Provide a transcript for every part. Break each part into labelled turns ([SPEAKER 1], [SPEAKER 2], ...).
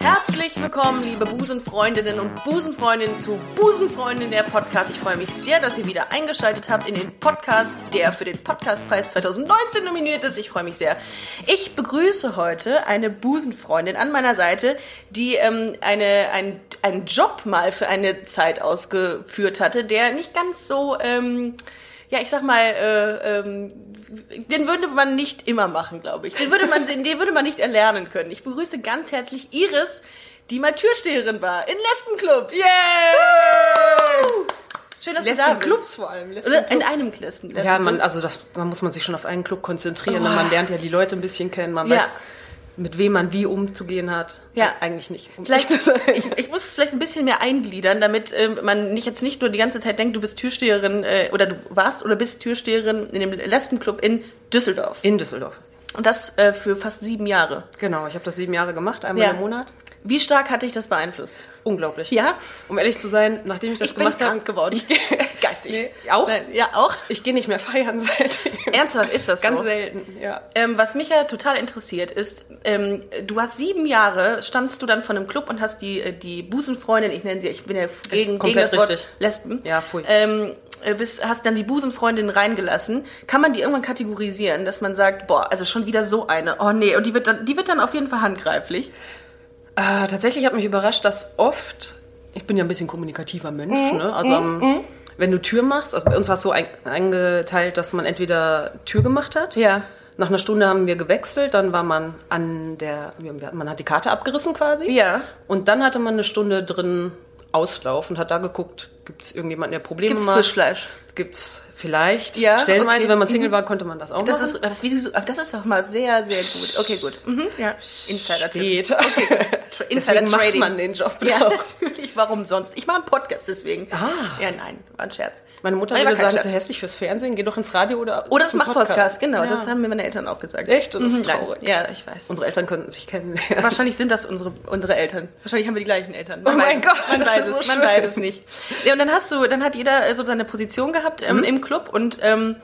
[SPEAKER 1] Herzlich willkommen, liebe Busenfreundinnen und Busenfreundinnen zu Busenfreundin der Podcast. Ich freue mich sehr, dass ihr wieder eingeschaltet habt in den Podcast, der für den Podcastpreis 2019 nominiert ist. Ich freue mich sehr. Ich begrüße heute eine Busenfreundin an meiner Seite, die ähm, eine, ein, einen Job mal für eine Zeit ausgeführt hatte, der nicht ganz so, ähm, ja, ich sag mal, äh, ähm, den würde man nicht immer machen, glaube ich. Den würde man, den den würde man nicht erlernen können. Ich begrüße ganz herzlich Iris, die mal Türsteherin war in Lesbenclubs.
[SPEAKER 2] Yay!
[SPEAKER 1] Schön, dass du da
[SPEAKER 2] Lesben
[SPEAKER 1] bist.
[SPEAKER 2] Clubs vor allem. Lesben
[SPEAKER 1] Oder in
[SPEAKER 2] Clubs.
[SPEAKER 1] einem Lesbenclub.
[SPEAKER 2] ja, man, also das, da muss man sich schon auf einen Club konzentrieren.
[SPEAKER 1] Oh.
[SPEAKER 2] ne? Man lernt ja die Leute ein bisschen kennen. Man
[SPEAKER 1] Ja.
[SPEAKER 2] weiß, mit wem man wie umzugehen hat.
[SPEAKER 1] Ja.
[SPEAKER 2] Eigentlich nicht. Um
[SPEAKER 1] Vielleicht,
[SPEAKER 2] ehrlich zu sein.
[SPEAKER 1] ich, ich muss es vielleicht ein bisschen mehr eingliedern, damit ähm, man nicht jetzt nicht nur die ganze Zeit denkt, du bist Türsteherin äh, oder du warst oder bist Türsteherin in dem Lesbenclub in Düsseldorf.
[SPEAKER 2] In Düsseldorf.
[SPEAKER 1] Und das äh, für fast sieben Jahre.
[SPEAKER 2] Genau, ich habe das sieben Jahre gemacht, einmal
[SPEAKER 1] Ja.
[SPEAKER 2] im Monat.
[SPEAKER 1] Wie stark hat dich das beeinflusst?
[SPEAKER 2] Unglaublich.
[SPEAKER 1] Ja?
[SPEAKER 2] Um ehrlich zu sein, nachdem ich das
[SPEAKER 1] ich bin
[SPEAKER 2] gemacht habe,
[SPEAKER 1] krank geworden. Geistig.
[SPEAKER 2] Nee, auch?
[SPEAKER 1] Nein, ja, auch.
[SPEAKER 2] ich gehe nicht mehr feiern seitdem.
[SPEAKER 1] Ernsthaft ist das
[SPEAKER 2] Ganz
[SPEAKER 1] so?
[SPEAKER 2] selten, ja.
[SPEAKER 1] Ähm, was mich ja total interessiert ist, ähm, du hast sieben Jahre, standst du dann von einem Club und hast die, äh, die Busenfreundin, ich nenne sie, ich bin ja gegen, gegen
[SPEAKER 2] komplett
[SPEAKER 1] das Wort
[SPEAKER 2] richtig.
[SPEAKER 1] Lesben.
[SPEAKER 2] Ja, pfui.
[SPEAKER 1] Ähm, äh, bist, hast dann die Busenfreundin reingelassen. Kann man die irgendwann kategorisieren, dass man sagt, boah, also schon wieder so eine. Oh nee, und die wird dann, die wird dann auf jeden Fall handgreiflich.
[SPEAKER 2] Äh, tatsächlich hat mich überrascht, dass oft, ich bin ja ein bisschen kommunikativer Mensch,
[SPEAKER 1] Mhm,
[SPEAKER 2] ne? Also ähm, wenn du Tür machst, also bei uns war es so ein, eingeteilt, dass man entweder Tür gemacht hat.
[SPEAKER 1] Ja.
[SPEAKER 2] Nach einer Stunde haben wir gewechselt, dann war man an der, wir- man hat die Karte abgerissen quasi.
[SPEAKER 1] Ja.
[SPEAKER 2] Und dann hatte man eine Stunde drin Auslauf und hat da geguckt, gibt es irgendjemanden, der Probleme
[SPEAKER 1] Gibt's
[SPEAKER 2] macht?
[SPEAKER 1] Frischfleisch?
[SPEAKER 2] Gibt's vielleicht.
[SPEAKER 1] Ja,
[SPEAKER 2] Stellenweise,
[SPEAKER 1] okay. Mhm.
[SPEAKER 2] wenn man Single war, konnte man das auch
[SPEAKER 1] Das
[SPEAKER 2] machen.
[SPEAKER 1] ist, das, Video, das ist doch mal sehr, sehr gut. Okay, gut. Mhm, ja. Insider-Tipps.
[SPEAKER 2] Steht.
[SPEAKER 1] Tra-
[SPEAKER 2] Deswegen macht
[SPEAKER 1] Insider-Trading.
[SPEAKER 2] man den Job
[SPEAKER 1] Ja,
[SPEAKER 2] auch.
[SPEAKER 1] natürlich. Warum sonst? Ich mache einen Podcast deswegen.
[SPEAKER 2] Ah.
[SPEAKER 1] Ja, nein, war ein Scherz.
[SPEAKER 2] Meine Mutter
[SPEAKER 1] Nein, war
[SPEAKER 2] würde
[SPEAKER 1] kein
[SPEAKER 2] sagen, zu
[SPEAKER 1] Scherz.
[SPEAKER 2] hässlich fürs Fernsehen, geh doch ins Radio oder
[SPEAKER 1] Oder es
[SPEAKER 2] zum
[SPEAKER 1] macht Podcast, genau. Das haben mir meine Eltern auch gesagt. Mhm,
[SPEAKER 2] Echt? Und das ist
[SPEAKER 1] Nein.
[SPEAKER 2] traurig.
[SPEAKER 1] Ja, ich weiß.
[SPEAKER 2] Unsere Eltern könnten sich kennen.
[SPEAKER 1] Wahrscheinlich sind das unsere, unsere Eltern. Wahrscheinlich haben wir die gleichen Eltern.
[SPEAKER 2] Oh mein
[SPEAKER 1] weiß
[SPEAKER 2] Gott,
[SPEAKER 1] es, man
[SPEAKER 2] das
[SPEAKER 1] weiß
[SPEAKER 2] ist
[SPEAKER 1] es,
[SPEAKER 2] so
[SPEAKER 1] man
[SPEAKER 2] schön.
[SPEAKER 1] weiß es nicht. Ja, und dann hast du, dann hat jeder äh, so seine Position gehabt ähm, im Club und ähm,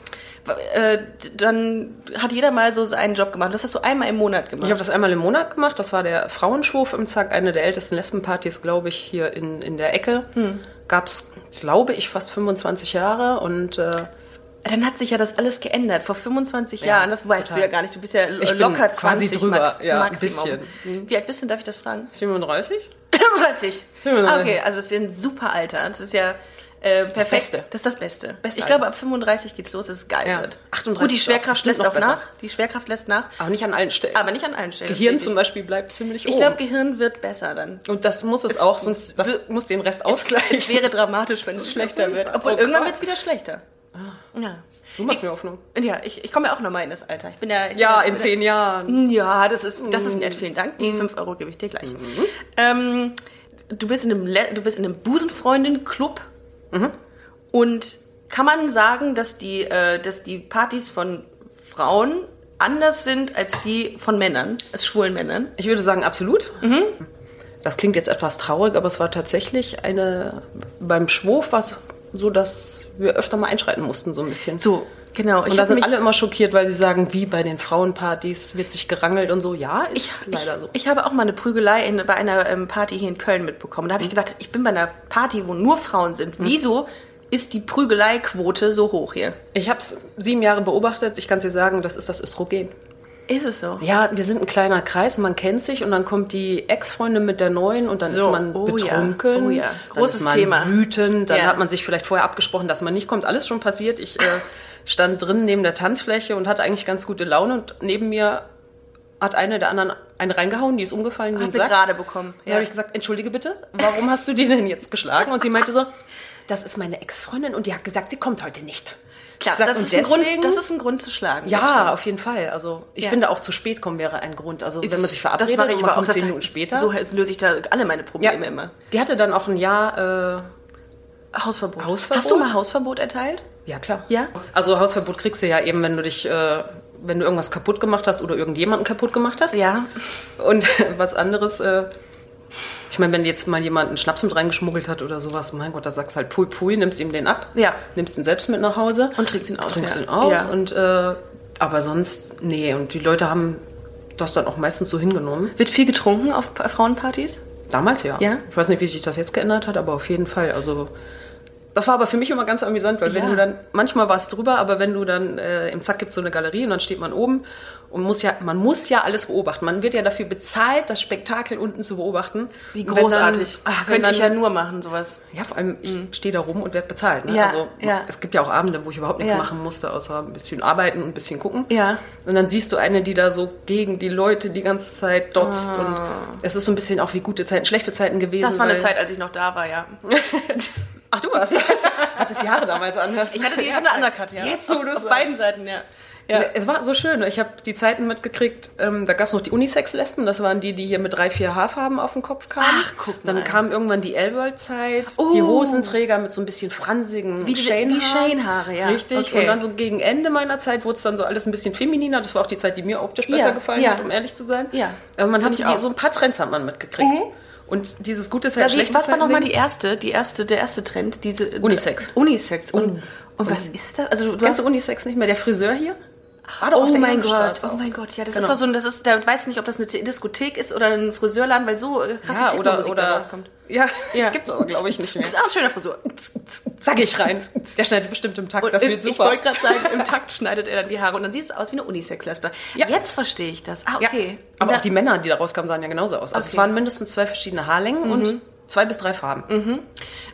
[SPEAKER 1] w- äh, d- dann hat jeder mal so seinen Job gemacht. Das hast du einmal im Monat gemacht.
[SPEAKER 2] Ich habe das einmal im Monat gemacht. Das war der Frauenschwurf im Zack, eine der ältesten Lesbenpartys, glaube ich, hier in, in der Ecke.
[SPEAKER 1] Hm.
[SPEAKER 2] Gab's, glaube ich, fast 25 Jahre. Und äh,
[SPEAKER 1] Dann hat sich ja das alles geändert. Vor 25
[SPEAKER 2] Ja,
[SPEAKER 1] Jahren, das weißt
[SPEAKER 2] total.
[SPEAKER 1] du ja gar nicht. Du bist ja lo-
[SPEAKER 2] Ich bin
[SPEAKER 1] locker 20
[SPEAKER 2] quasi drüber,
[SPEAKER 1] max,
[SPEAKER 2] ja, ein
[SPEAKER 1] Maximum. Hm. Wie alt bist du, denn? darf ich das fragen?
[SPEAKER 2] 37?
[SPEAKER 1] 35.
[SPEAKER 2] Ja.
[SPEAKER 1] Okay, also es ist ein super Alter. Das ist ja äh, perfekt.
[SPEAKER 2] Beste.
[SPEAKER 1] Das ist das Beste.
[SPEAKER 2] Beste
[SPEAKER 1] ich glaube, ab 35 geht's los, dass es geil
[SPEAKER 2] Ja.
[SPEAKER 1] wird.
[SPEAKER 2] 38
[SPEAKER 1] Gut, die
[SPEAKER 2] ist
[SPEAKER 1] Schwerkraft
[SPEAKER 2] auch
[SPEAKER 1] lässt
[SPEAKER 2] bestimmt
[SPEAKER 1] auch
[SPEAKER 2] noch besser.
[SPEAKER 1] nach. Die Schwerkraft lässt nach.
[SPEAKER 2] Aber nicht an allen Stellen.
[SPEAKER 1] Aber nicht an allen Stellen.
[SPEAKER 2] Gehirn
[SPEAKER 1] das ist
[SPEAKER 2] zum Oh. Beispiel bleibt ziemlich
[SPEAKER 1] richtig. Ich
[SPEAKER 2] oben.
[SPEAKER 1] glaube, Gehirn wird besser dann.
[SPEAKER 2] und das muss es, auch, sonst das muss den Rest ausgleichen.
[SPEAKER 1] Es wäre dramatisch, wenn es schlechter wird. Obwohl,
[SPEAKER 2] Oh
[SPEAKER 1] irgendwann
[SPEAKER 2] Gott. Ah.
[SPEAKER 1] wird's wieder schlechter. Ja.
[SPEAKER 2] du machst mir Hoffnung.
[SPEAKER 1] Ja, ich, ich komme ja auch nochmal in das Alter. Ich bin ja. Ich
[SPEAKER 2] Ja,
[SPEAKER 1] bin
[SPEAKER 2] in zehn Jahren.
[SPEAKER 1] Ja, das ist, das ist
[SPEAKER 2] Mm.
[SPEAKER 1] nett. Vielen Dank. Die 5 Euro gebe ich dir gleich. Ähm, du, bist in einem Le du bist in einem Busenfreundin-Club.
[SPEAKER 2] Mhm.
[SPEAKER 1] Und kann man sagen, dass die, äh, dass die Partys von Frauen anders sind als die von Männern, als schwulen Männern?
[SPEAKER 2] Ich würde sagen, absolut.
[SPEAKER 1] Mhm.
[SPEAKER 2] Das klingt jetzt etwas traurig, aber es war tatsächlich eine. Beim Schwurf war es so, dass wir öfter mal einschreiten mussten, so ein bisschen.
[SPEAKER 1] So, genau.
[SPEAKER 2] und da
[SPEAKER 1] hab
[SPEAKER 2] sind
[SPEAKER 1] mich-
[SPEAKER 2] alle immer schockiert, weil sie sagen, wie bei den Frauenpartys wird sich gerangelt und so. Ja,
[SPEAKER 1] Ich,
[SPEAKER 2] ist
[SPEAKER 1] ich,
[SPEAKER 2] leider so.
[SPEAKER 1] ich habe auch mal eine Prügelei in, bei einer ähm, Party hier in Köln mitbekommen. Da habe ich
[SPEAKER 2] Mhm.
[SPEAKER 1] gedacht, ich bin bei einer Party, wo nur Frauen sind. Wieso ist die Prügeleiquote so hoch hier?
[SPEAKER 2] Ich habe es sieben Jahre beobachtet. Ich kann dir sagen, das ist das Östrogen.
[SPEAKER 1] Ist es so?
[SPEAKER 2] Ja, wir sind ein kleiner Kreis, man kennt sich und dann kommt die Ex-Freundin mit der neuen und dann
[SPEAKER 1] So,
[SPEAKER 2] ist man
[SPEAKER 1] oh ja,
[SPEAKER 2] betrunken.
[SPEAKER 1] oh ja. Großes
[SPEAKER 2] dann ist man
[SPEAKER 1] Thema.
[SPEAKER 2] wütend, dann
[SPEAKER 1] Ja.
[SPEAKER 2] hat man sich vielleicht vorher abgesprochen, dass man nicht kommt. Alles schon passiert. Ich äh, stand drin neben der Tanzfläche und hatte eigentlich ganz gute Laune und neben mir hat eine der anderen eine reingehauen, die ist umgefallen wie
[SPEAKER 1] Hat
[SPEAKER 2] ein
[SPEAKER 1] sie
[SPEAKER 2] Sack.
[SPEAKER 1] gerade bekommen.
[SPEAKER 2] Da habe ich gesagt, entschuldige bitte, warum hast du die denn jetzt geschlagen? Und sie meinte so, das ist meine Ex-Freundin und die hat gesagt, sie kommt heute nicht.
[SPEAKER 1] Klar,
[SPEAKER 2] Sagt,
[SPEAKER 1] das
[SPEAKER 2] und
[SPEAKER 1] ist, ein
[SPEAKER 2] deswegen-
[SPEAKER 1] Grund, das ist ein Grund zu schlagen. das
[SPEAKER 2] ja,
[SPEAKER 1] stimmt.
[SPEAKER 2] auf jeden Fall. Also ich
[SPEAKER 1] Ja.
[SPEAKER 2] finde auch zu spät kommen wäre ein Grund. Also wenn man sich verabredet
[SPEAKER 1] das mache ich
[SPEAKER 2] und man
[SPEAKER 1] aber auch
[SPEAKER 2] kommt
[SPEAKER 1] das-
[SPEAKER 2] zehn Minuten später.
[SPEAKER 1] So löse ich da alle meine Probleme immer.
[SPEAKER 2] Die hatte dann auch ein Jahr äh,
[SPEAKER 1] Hausverbot.
[SPEAKER 2] Hausverbot?
[SPEAKER 1] Hast du mal Hausverbot erteilt?
[SPEAKER 2] Ja, klar.
[SPEAKER 1] Ja?
[SPEAKER 2] Also Hausverbot kriegst du ja eben, wenn du dich, äh, wenn du irgendwas kaputt gemacht hast oder irgendjemanden kaputt gemacht hast.
[SPEAKER 1] Ja.
[SPEAKER 2] Und was anderes, äh, ich meine, wenn jetzt mal jemand einen Schnaps mit reingeschmuggelt hat oder sowas, mein Gott, da sagst halt pui pui, nimmst ihm den ab,
[SPEAKER 1] Ja.
[SPEAKER 2] nimmst ihn selbst mit nach Hause.
[SPEAKER 1] Und trinkst ihn aus,
[SPEAKER 2] Trinkst
[SPEAKER 1] ja.
[SPEAKER 2] ihn aus
[SPEAKER 1] Ja.
[SPEAKER 2] und äh, aber sonst, nee, und die Leute haben das dann auch meistens so hingenommen.
[SPEAKER 1] Wird viel getrunken auf Pa- Frauenpartys?
[SPEAKER 2] Damals ja.
[SPEAKER 1] Ja.
[SPEAKER 2] Ich weiß nicht, wie sich das jetzt geändert hat, aber auf jeden Fall. Also das war aber für mich immer ganz amüsant, weil
[SPEAKER 1] Ja.
[SPEAKER 2] wenn du dann manchmal war es drüber, aber wenn du dann äh, im Zack gibt's so eine Galerie und dann steht man oben und muss ja man muss ja alles beobachten. Man wird ja dafür bezahlt, das Spektakel unten zu beobachten.
[SPEAKER 1] Wie
[SPEAKER 2] Und wenn
[SPEAKER 1] großartig.
[SPEAKER 2] Dann, ach, wenn
[SPEAKER 1] Könnte
[SPEAKER 2] dann,
[SPEAKER 1] ich ja nur machen, sowas.
[SPEAKER 2] Ja, vor allem ich stehe da rum und werde bezahlt. Ne?
[SPEAKER 1] Ja,
[SPEAKER 2] also
[SPEAKER 1] ja.
[SPEAKER 2] es gibt ja auch Abende, wo ich überhaupt nichts
[SPEAKER 1] Ja.
[SPEAKER 2] machen musste, außer ein bisschen arbeiten und ein bisschen gucken.
[SPEAKER 1] Ja.
[SPEAKER 2] Und dann siehst du eine, die da so gegen die Leute die ganze Zeit dotzt. Und es ist so ein bisschen auch wie gute Zeiten, schlechte Zeiten gewesen.
[SPEAKER 1] Ah. Das war eine
[SPEAKER 2] weil-
[SPEAKER 1] Zeit, als ich noch da war, ja.
[SPEAKER 2] Ach, du warst. Hattest die Haare damals anders.
[SPEAKER 1] Ich hatte die Hände undercut, ja.
[SPEAKER 2] Jetzt, wo
[SPEAKER 1] auf,
[SPEAKER 2] du's
[SPEAKER 1] auf
[SPEAKER 2] sagst.
[SPEAKER 1] beiden Seiten, ja.
[SPEAKER 2] Ja. Es war so schön. Ich habe die Zeiten mitgekriegt, ähm, da gab es noch die Unisex-Lesben. Das waren die, die hier mit drei, vier Haarfarben auf dem Kopf kamen.
[SPEAKER 1] Ach, guck mal.
[SPEAKER 2] Dann kam irgendwann die L-World-Zeit.
[SPEAKER 1] Oh.
[SPEAKER 2] Die Hosenträger mit so ein bisschen fransigen
[SPEAKER 1] Wie die- wie Shane-Haare, ja.
[SPEAKER 2] Richtig.
[SPEAKER 1] Okay.
[SPEAKER 2] Und dann so gegen Ende meiner Zeit wurde es dann so alles ein bisschen femininer. Das war auch die Zeit, die mir optisch
[SPEAKER 1] Ja,
[SPEAKER 2] besser gefallen
[SPEAKER 1] ja.
[SPEAKER 2] hat, um ehrlich zu sein.
[SPEAKER 1] Ja.
[SPEAKER 2] Aber man hat
[SPEAKER 1] Ich
[SPEAKER 2] die,
[SPEAKER 1] auch.
[SPEAKER 2] so ein paar Trends hat man mitgekriegt. Und dieses gute Zeit,
[SPEAKER 1] Da die,
[SPEAKER 2] schlechte
[SPEAKER 1] was war
[SPEAKER 2] Zeiten
[SPEAKER 1] nochmal
[SPEAKER 2] Ding.
[SPEAKER 1] die erste, die erste, der erste Trend? Diese
[SPEAKER 2] Unisex.
[SPEAKER 1] Unisex. Und, und was ist das? Also du, du
[SPEAKER 2] Kennst
[SPEAKER 1] hast
[SPEAKER 2] du Unisex nicht mehr? Der Friseur hier? War
[SPEAKER 1] Oh mein Gott,
[SPEAKER 2] Ehrenstraße
[SPEAKER 1] oh
[SPEAKER 2] auch.
[SPEAKER 1] mein Gott, ja, das
[SPEAKER 2] Genau.
[SPEAKER 1] ist doch so ein, das ist, da weiß nicht, ob das eine Diskothek ist oder ein Friseurladen, weil so äh, krasse
[SPEAKER 2] ja, oder,
[SPEAKER 1] Techno-Musik da
[SPEAKER 2] oder
[SPEAKER 1] rauskommt.
[SPEAKER 2] Ja,
[SPEAKER 1] Ja.
[SPEAKER 2] gibt's aber glaube ich nicht mehr.
[SPEAKER 1] Ist auch ein schöner Frisur.
[SPEAKER 2] Sag ich rein. Der schneidet bestimmt im Takt,
[SPEAKER 1] Und
[SPEAKER 2] das
[SPEAKER 1] ich-
[SPEAKER 2] wird
[SPEAKER 1] Ich
[SPEAKER 2] super.
[SPEAKER 1] wollte gerade sagen, im Takt schneidet er dann die Haare und dann siehst du aus wie eine Unisex-Lesbe.
[SPEAKER 2] Ja.
[SPEAKER 1] Jetzt verstehe ich das. Ah,
[SPEAKER 2] ja.
[SPEAKER 1] okay. Und
[SPEAKER 2] Aber
[SPEAKER 1] da-
[SPEAKER 2] auch die Männer, die da rauskamen, sahen ja genauso aus. Also es
[SPEAKER 1] Okay. Mhm.
[SPEAKER 2] waren mindestens zwei verschiedene Haarlängen und zwei bis drei Farben.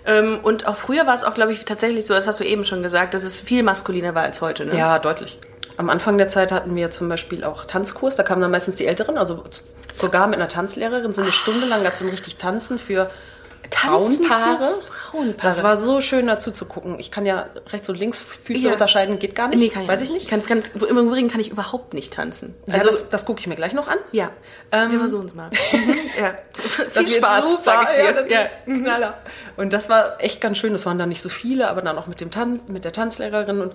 [SPEAKER 1] ähm, und auch früher war es auch, glaube ich, tatsächlich so, das hast du eben schon gesagt, dass es viel maskuliner war als heute, ne?
[SPEAKER 2] Ja, deutlich. Am Anfang der Zeit hatten wir zum Beispiel auch Tanzkurs. Da kamen dann meistens die Älteren, also z- sogar mit einer Tanzlehrerin, so eine Stunde lang dazu um richtig tanzen für
[SPEAKER 1] Tanzen für
[SPEAKER 2] Frauenpaare.
[SPEAKER 1] Frauenpaare.
[SPEAKER 2] Das war so schön dazu zu gucken. Ich kann ja rechts und links Füße
[SPEAKER 1] Ja.
[SPEAKER 2] unterscheiden, geht gar nicht.
[SPEAKER 1] Nee, kann ich
[SPEAKER 2] Weiß
[SPEAKER 1] nicht.
[SPEAKER 2] ich nicht.
[SPEAKER 1] Kann, kann, Im Übrigen kann ich überhaupt nicht tanzen.
[SPEAKER 2] also
[SPEAKER 1] Also,
[SPEAKER 2] das, das gucke ich mir gleich noch an.
[SPEAKER 1] ja.
[SPEAKER 2] Ähm,
[SPEAKER 1] wir versuchen es mal. Mhm, ja.
[SPEAKER 2] Das
[SPEAKER 1] Viel
[SPEAKER 2] wird
[SPEAKER 1] Spaß,
[SPEAKER 2] super,
[SPEAKER 1] sag ich dir.
[SPEAKER 2] Ja, das wird Knaller. Und das war echt ganz schön. Das waren dann nicht so viele, aber dann auch mit, dem Tan mit der Tanzlehrerin. Und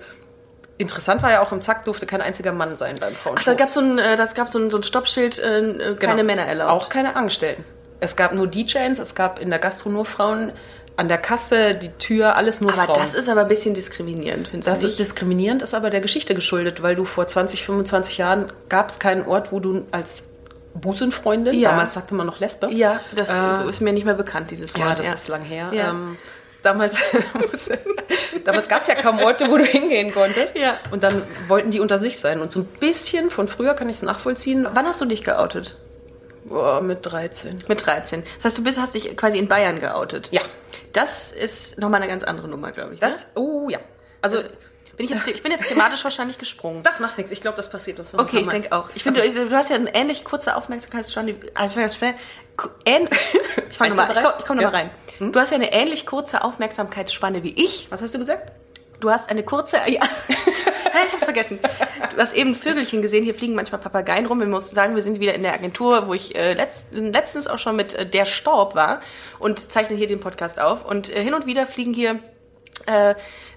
[SPEAKER 2] interessant war ja auch, im Zack durfte kein einziger Mann sein beim Frauenshow.
[SPEAKER 1] Da gab so ein, äh, das gab so ein, so ein Stoppschild, äh, äh,
[SPEAKER 2] Genau.
[SPEAKER 1] keine Männer erlaubt.
[SPEAKER 2] Auch keine Angestellten. Es gab nur DJs, es gab in der Gastro nur Frauen, an der Kasse, die Tür, alles nur
[SPEAKER 1] Aber
[SPEAKER 2] Frauen.
[SPEAKER 1] das ist aber ein bisschen diskriminierend, findest
[SPEAKER 2] das
[SPEAKER 1] du
[SPEAKER 2] ist
[SPEAKER 1] nicht?
[SPEAKER 2] diskriminierend, ist aber der Geschichte geschuldet, weil du vor 20, 25 Jahren gab es keinen Ort, wo du als Busenfreundin,
[SPEAKER 1] Ja.
[SPEAKER 2] damals sagte man noch Lesbe,
[SPEAKER 1] ja, das
[SPEAKER 2] Äh,
[SPEAKER 1] ist mir nicht mehr bekannt, dieses Wort.
[SPEAKER 2] Ja, das ist lang her.
[SPEAKER 1] Ja.
[SPEAKER 2] Ähm, damals damals gab es ja kaum Orte, wo du hingehen konntest.
[SPEAKER 1] Ja.
[SPEAKER 2] Und dann wollten die unter sich sein. Und so ein bisschen von früher kann ich es nachvollziehen.
[SPEAKER 1] Wann hast du dich geoutet?
[SPEAKER 2] Boah, mit 13.
[SPEAKER 1] Mit 13. Das heißt, du bist, hast dich quasi in Bayern geoutet.
[SPEAKER 2] Ja.
[SPEAKER 1] Das ist nochmal eine ganz andere Nummer, glaube ich.
[SPEAKER 2] Das,
[SPEAKER 1] ne?
[SPEAKER 2] oh ja. Also,
[SPEAKER 1] also, bin ich, jetzt, ich bin jetzt thematisch wahrscheinlich gesprungen.
[SPEAKER 2] das macht nichts. Ich glaube, das passiert uns noch ein
[SPEAKER 1] Okay, ich
[SPEAKER 2] paar Mal.
[SPEAKER 1] denke auch. Ich finde, du hast ja eine ähnlich kurze Aufmerksamkeitsspanne. wie- Also schnell. ku- ähn- Ich fange
[SPEAKER 2] Eins,
[SPEAKER 1] nochmal
[SPEAKER 2] zwei, drei?
[SPEAKER 1] ich komm, ich komm noch
[SPEAKER 2] Ja. Hm?
[SPEAKER 1] mal rein. Du hast ja eine ähnlich kurze Aufmerksamkeitsspanne wie ich.
[SPEAKER 2] Was hast du gesagt?
[SPEAKER 1] Du hast eine kurze. Ja. Nein, ich hab's vergessen. Du hast eben ein Vögelchen gesehen. Hier fliegen manchmal Papageien rum. Wir müssen sagen, wir sind wieder in der Agentur, wo ich äh, letzt, letztens auch schon mit äh, Der Staub war und zeichne hier den Podcast auf. Und äh, hin und wieder fliegen hier äh,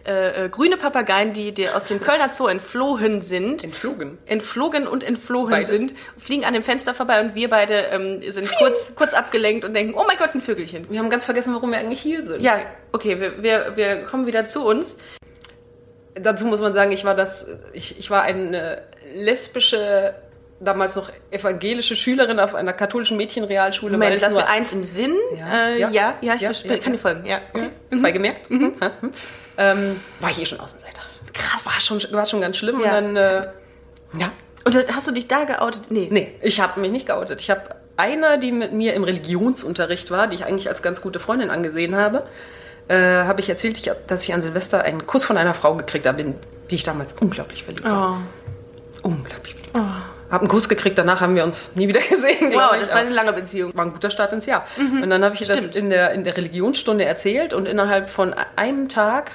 [SPEAKER 1] äh, äh, grüne Papageien, die, die aus dem Kölner Zoo entflohen sind
[SPEAKER 2] Entflogen.
[SPEAKER 1] entflogen und entflohen
[SPEAKER 2] Beides.
[SPEAKER 1] sind, fliegen an dem Fenster vorbei und wir beide ähm, sind kurz, kurz abgelenkt und denken, oh mein Gott, ein Vögelchen.
[SPEAKER 2] Wir haben ganz vergessen, warum wir eigentlich hier sind.
[SPEAKER 1] Ja, okay, wir, wir, wir kommen wieder zu uns.
[SPEAKER 2] Dazu muss man sagen, ich war das, ich, ich war eine lesbische, damals noch evangelische Schülerin auf einer katholischen Mädchenrealschule. weil
[SPEAKER 1] Moment,
[SPEAKER 2] es
[SPEAKER 1] lass
[SPEAKER 2] nur-
[SPEAKER 1] mir eins im Sinn. Ja,
[SPEAKER 2] Ja,
[SPEAKER 1] äh, ja,
[SPEAKER 2] ja,
[SPEAKER 1] ja, ich
[SPEAKER 2] ja,
[SPEAKER 1] verstehe,
[SPEAKER 2] ja,
[SPEAKER 1] kann
[SPEAKER 2] ja.
[SPEAKER 1] die folgen. Ja, okay.
[SPEAKER 2] Okay. Zwei gemerkt. Mhm. Ähm, war ich eh schon Außenseiter.
[SPEAKER 1] Krass.
[SPEAKER 2] War schon, war schon ganz schlimm.
[SPEAKER 1] Ja.
[SPEAKER 2] Und dann, äh, ja.
[SPEAKER 1] Und dann hast du dich da geoutet? Nee.
[SPEAKER 2] Nee, ich habe mich nicht geoutet. Ich habe einer, die mit mir im Religionsunterricht war, die ich eigentlich als ganz gute Freundin angesehen habe, äh, habe ich erzählt, ich, hab- dass ich an Silvester einen Kuss von einer Frau gekriegt habe, in die ich damals unglaublich verliebt war.
[SPEAKER 1] Oh.
[SPEAKER 2] Unglaublich verliebt. Hab einen Kuss gekriegt, danach haben wir uns nie wieder gesehen. glaub
[SPEAKER 1] Wow,
[SPEAKER 2] ich.
[SPEAKER 1] das war eine lange Beziehung.
[SPEAKER 2] war ein guter Start ins Jahr. Und dann habe ich ihr das
[SPEAKER 1] Mhm. Stimmt.
[SPEAKER 2] in der, in der Religionsstunde erzählt und innerhalb von einem Tag,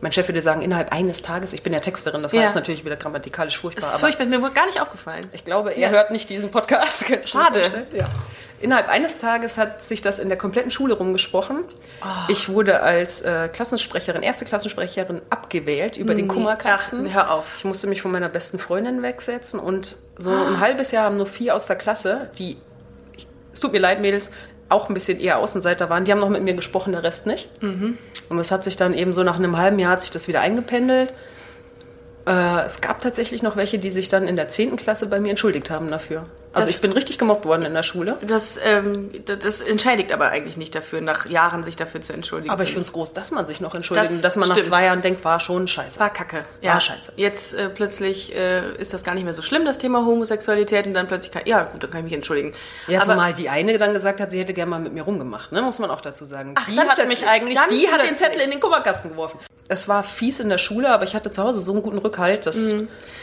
[SPEAKER 2] mein Chef würde sagen, innerhalb eines Tages, ich bin ja Texterin, das war
[SPEAKER 1] Ja.
[SPEAKER 2] jetzt natürlich wieder grammatikalisch furchtbar,
[SPEAKER 1] Das ist
[SPEAKER 2] aber
[SPEAKER 1] furchtbar, ist mir wohl gar nicht aufgefallen.
[SPEAKER 2] ich glaube, er
[SPEAKER 1] Ja.
[SPEAKER 2] hört nicht diesen Podcast. Könnt ihr euch
[SPEAKER 1] Schade.
[SPEAKER 2] vorstellen? Ja. Innerhalb eines Tages hat sich das in der kompletten Schule rumgesprochen.
[SPEAKER 1] Oh.
[SPEAKER 2] Ich wurde als äh, Klassensprecherin, erste Klassensprecherin abgewählt über den Kummerkasten.
[SPEAKER 1] Hm. Ach, hör auf.
[SPEAKER 2] Ich musste mich von meiner besten Freundin wegsetzen und so
[SPEAKER 1] Ah.
[SPEAKER 2] ein halbes Jahr haben nur vier aus der Klasse, die, es tut mir leid, Mädels, auch ein bisschen eher Außenseiter waren. Die haben noch mit mir gesprochen, der Rest nicht.
[SPEAKER 1] Mhm.
[SPEAKER 2] Und das hat sich dann eben so nach einem halben Jahr hat sich das wieder eingependelt. Äh, es gab tatsächlich noch welche, die sich dann in der 10. Klasse bei mir entschuldigt haben dafür. Also
[SPEAKER 1] Das-
[SPEAKER 2] ich bin richtig gemobbt worden in der Schule.
[SPEAKER 1] Das, ähm, das- das entschädigt aber eigentlich nicht dafür, nach Jahren sich dafür zu entschuldigen.
[SPEAKER 2] Aber ich finde es groß, dass man sich noch entschuldigt,
[SPEAKER 1] Das
[SPEAKER 2] und dass man nach
[SPEAKER 1] stimmt.
[SPEAKER 2] zwei Jahren denkt, war schon scheiße.
[SPEAKER 1] war kacke.
[SPEAKER 2] War scheiße.
[SPEAKER 1] Jetzt äh, plötzlich äh, ist das gar nicht mehr so schlimm, das Thema Homosexualität. Und dann plötzlich kann, ja gut, dann kann ich mich entschuldigen.
[SPEAKER 2] Ja,
[SPEAKER 1] aber,
[SPEAKER 2] zumal die eine dann gesagt hat, sie hätte gerne mal mit mir rumgemacht, ne? muss man auch dazu sagen.
[SPEAKER 1] Ach,
[SPEAKER 2] die
[SPEAKER 1] dann
[SPEAKER 2] hat
[SPEAKER 1] plötzlich,
[SPEAKER 2] mich eigentlich,
[SPEAKER 1] dann
[SPEAKER 2] die hat den
[SPEAKER 1] plötzlich.
[SPEAKER 2] Zettel in den Kummerkasten geworfen. Es war fies in der Schule, aber ich hatte zu Hause so einen guten Rückhalt, dass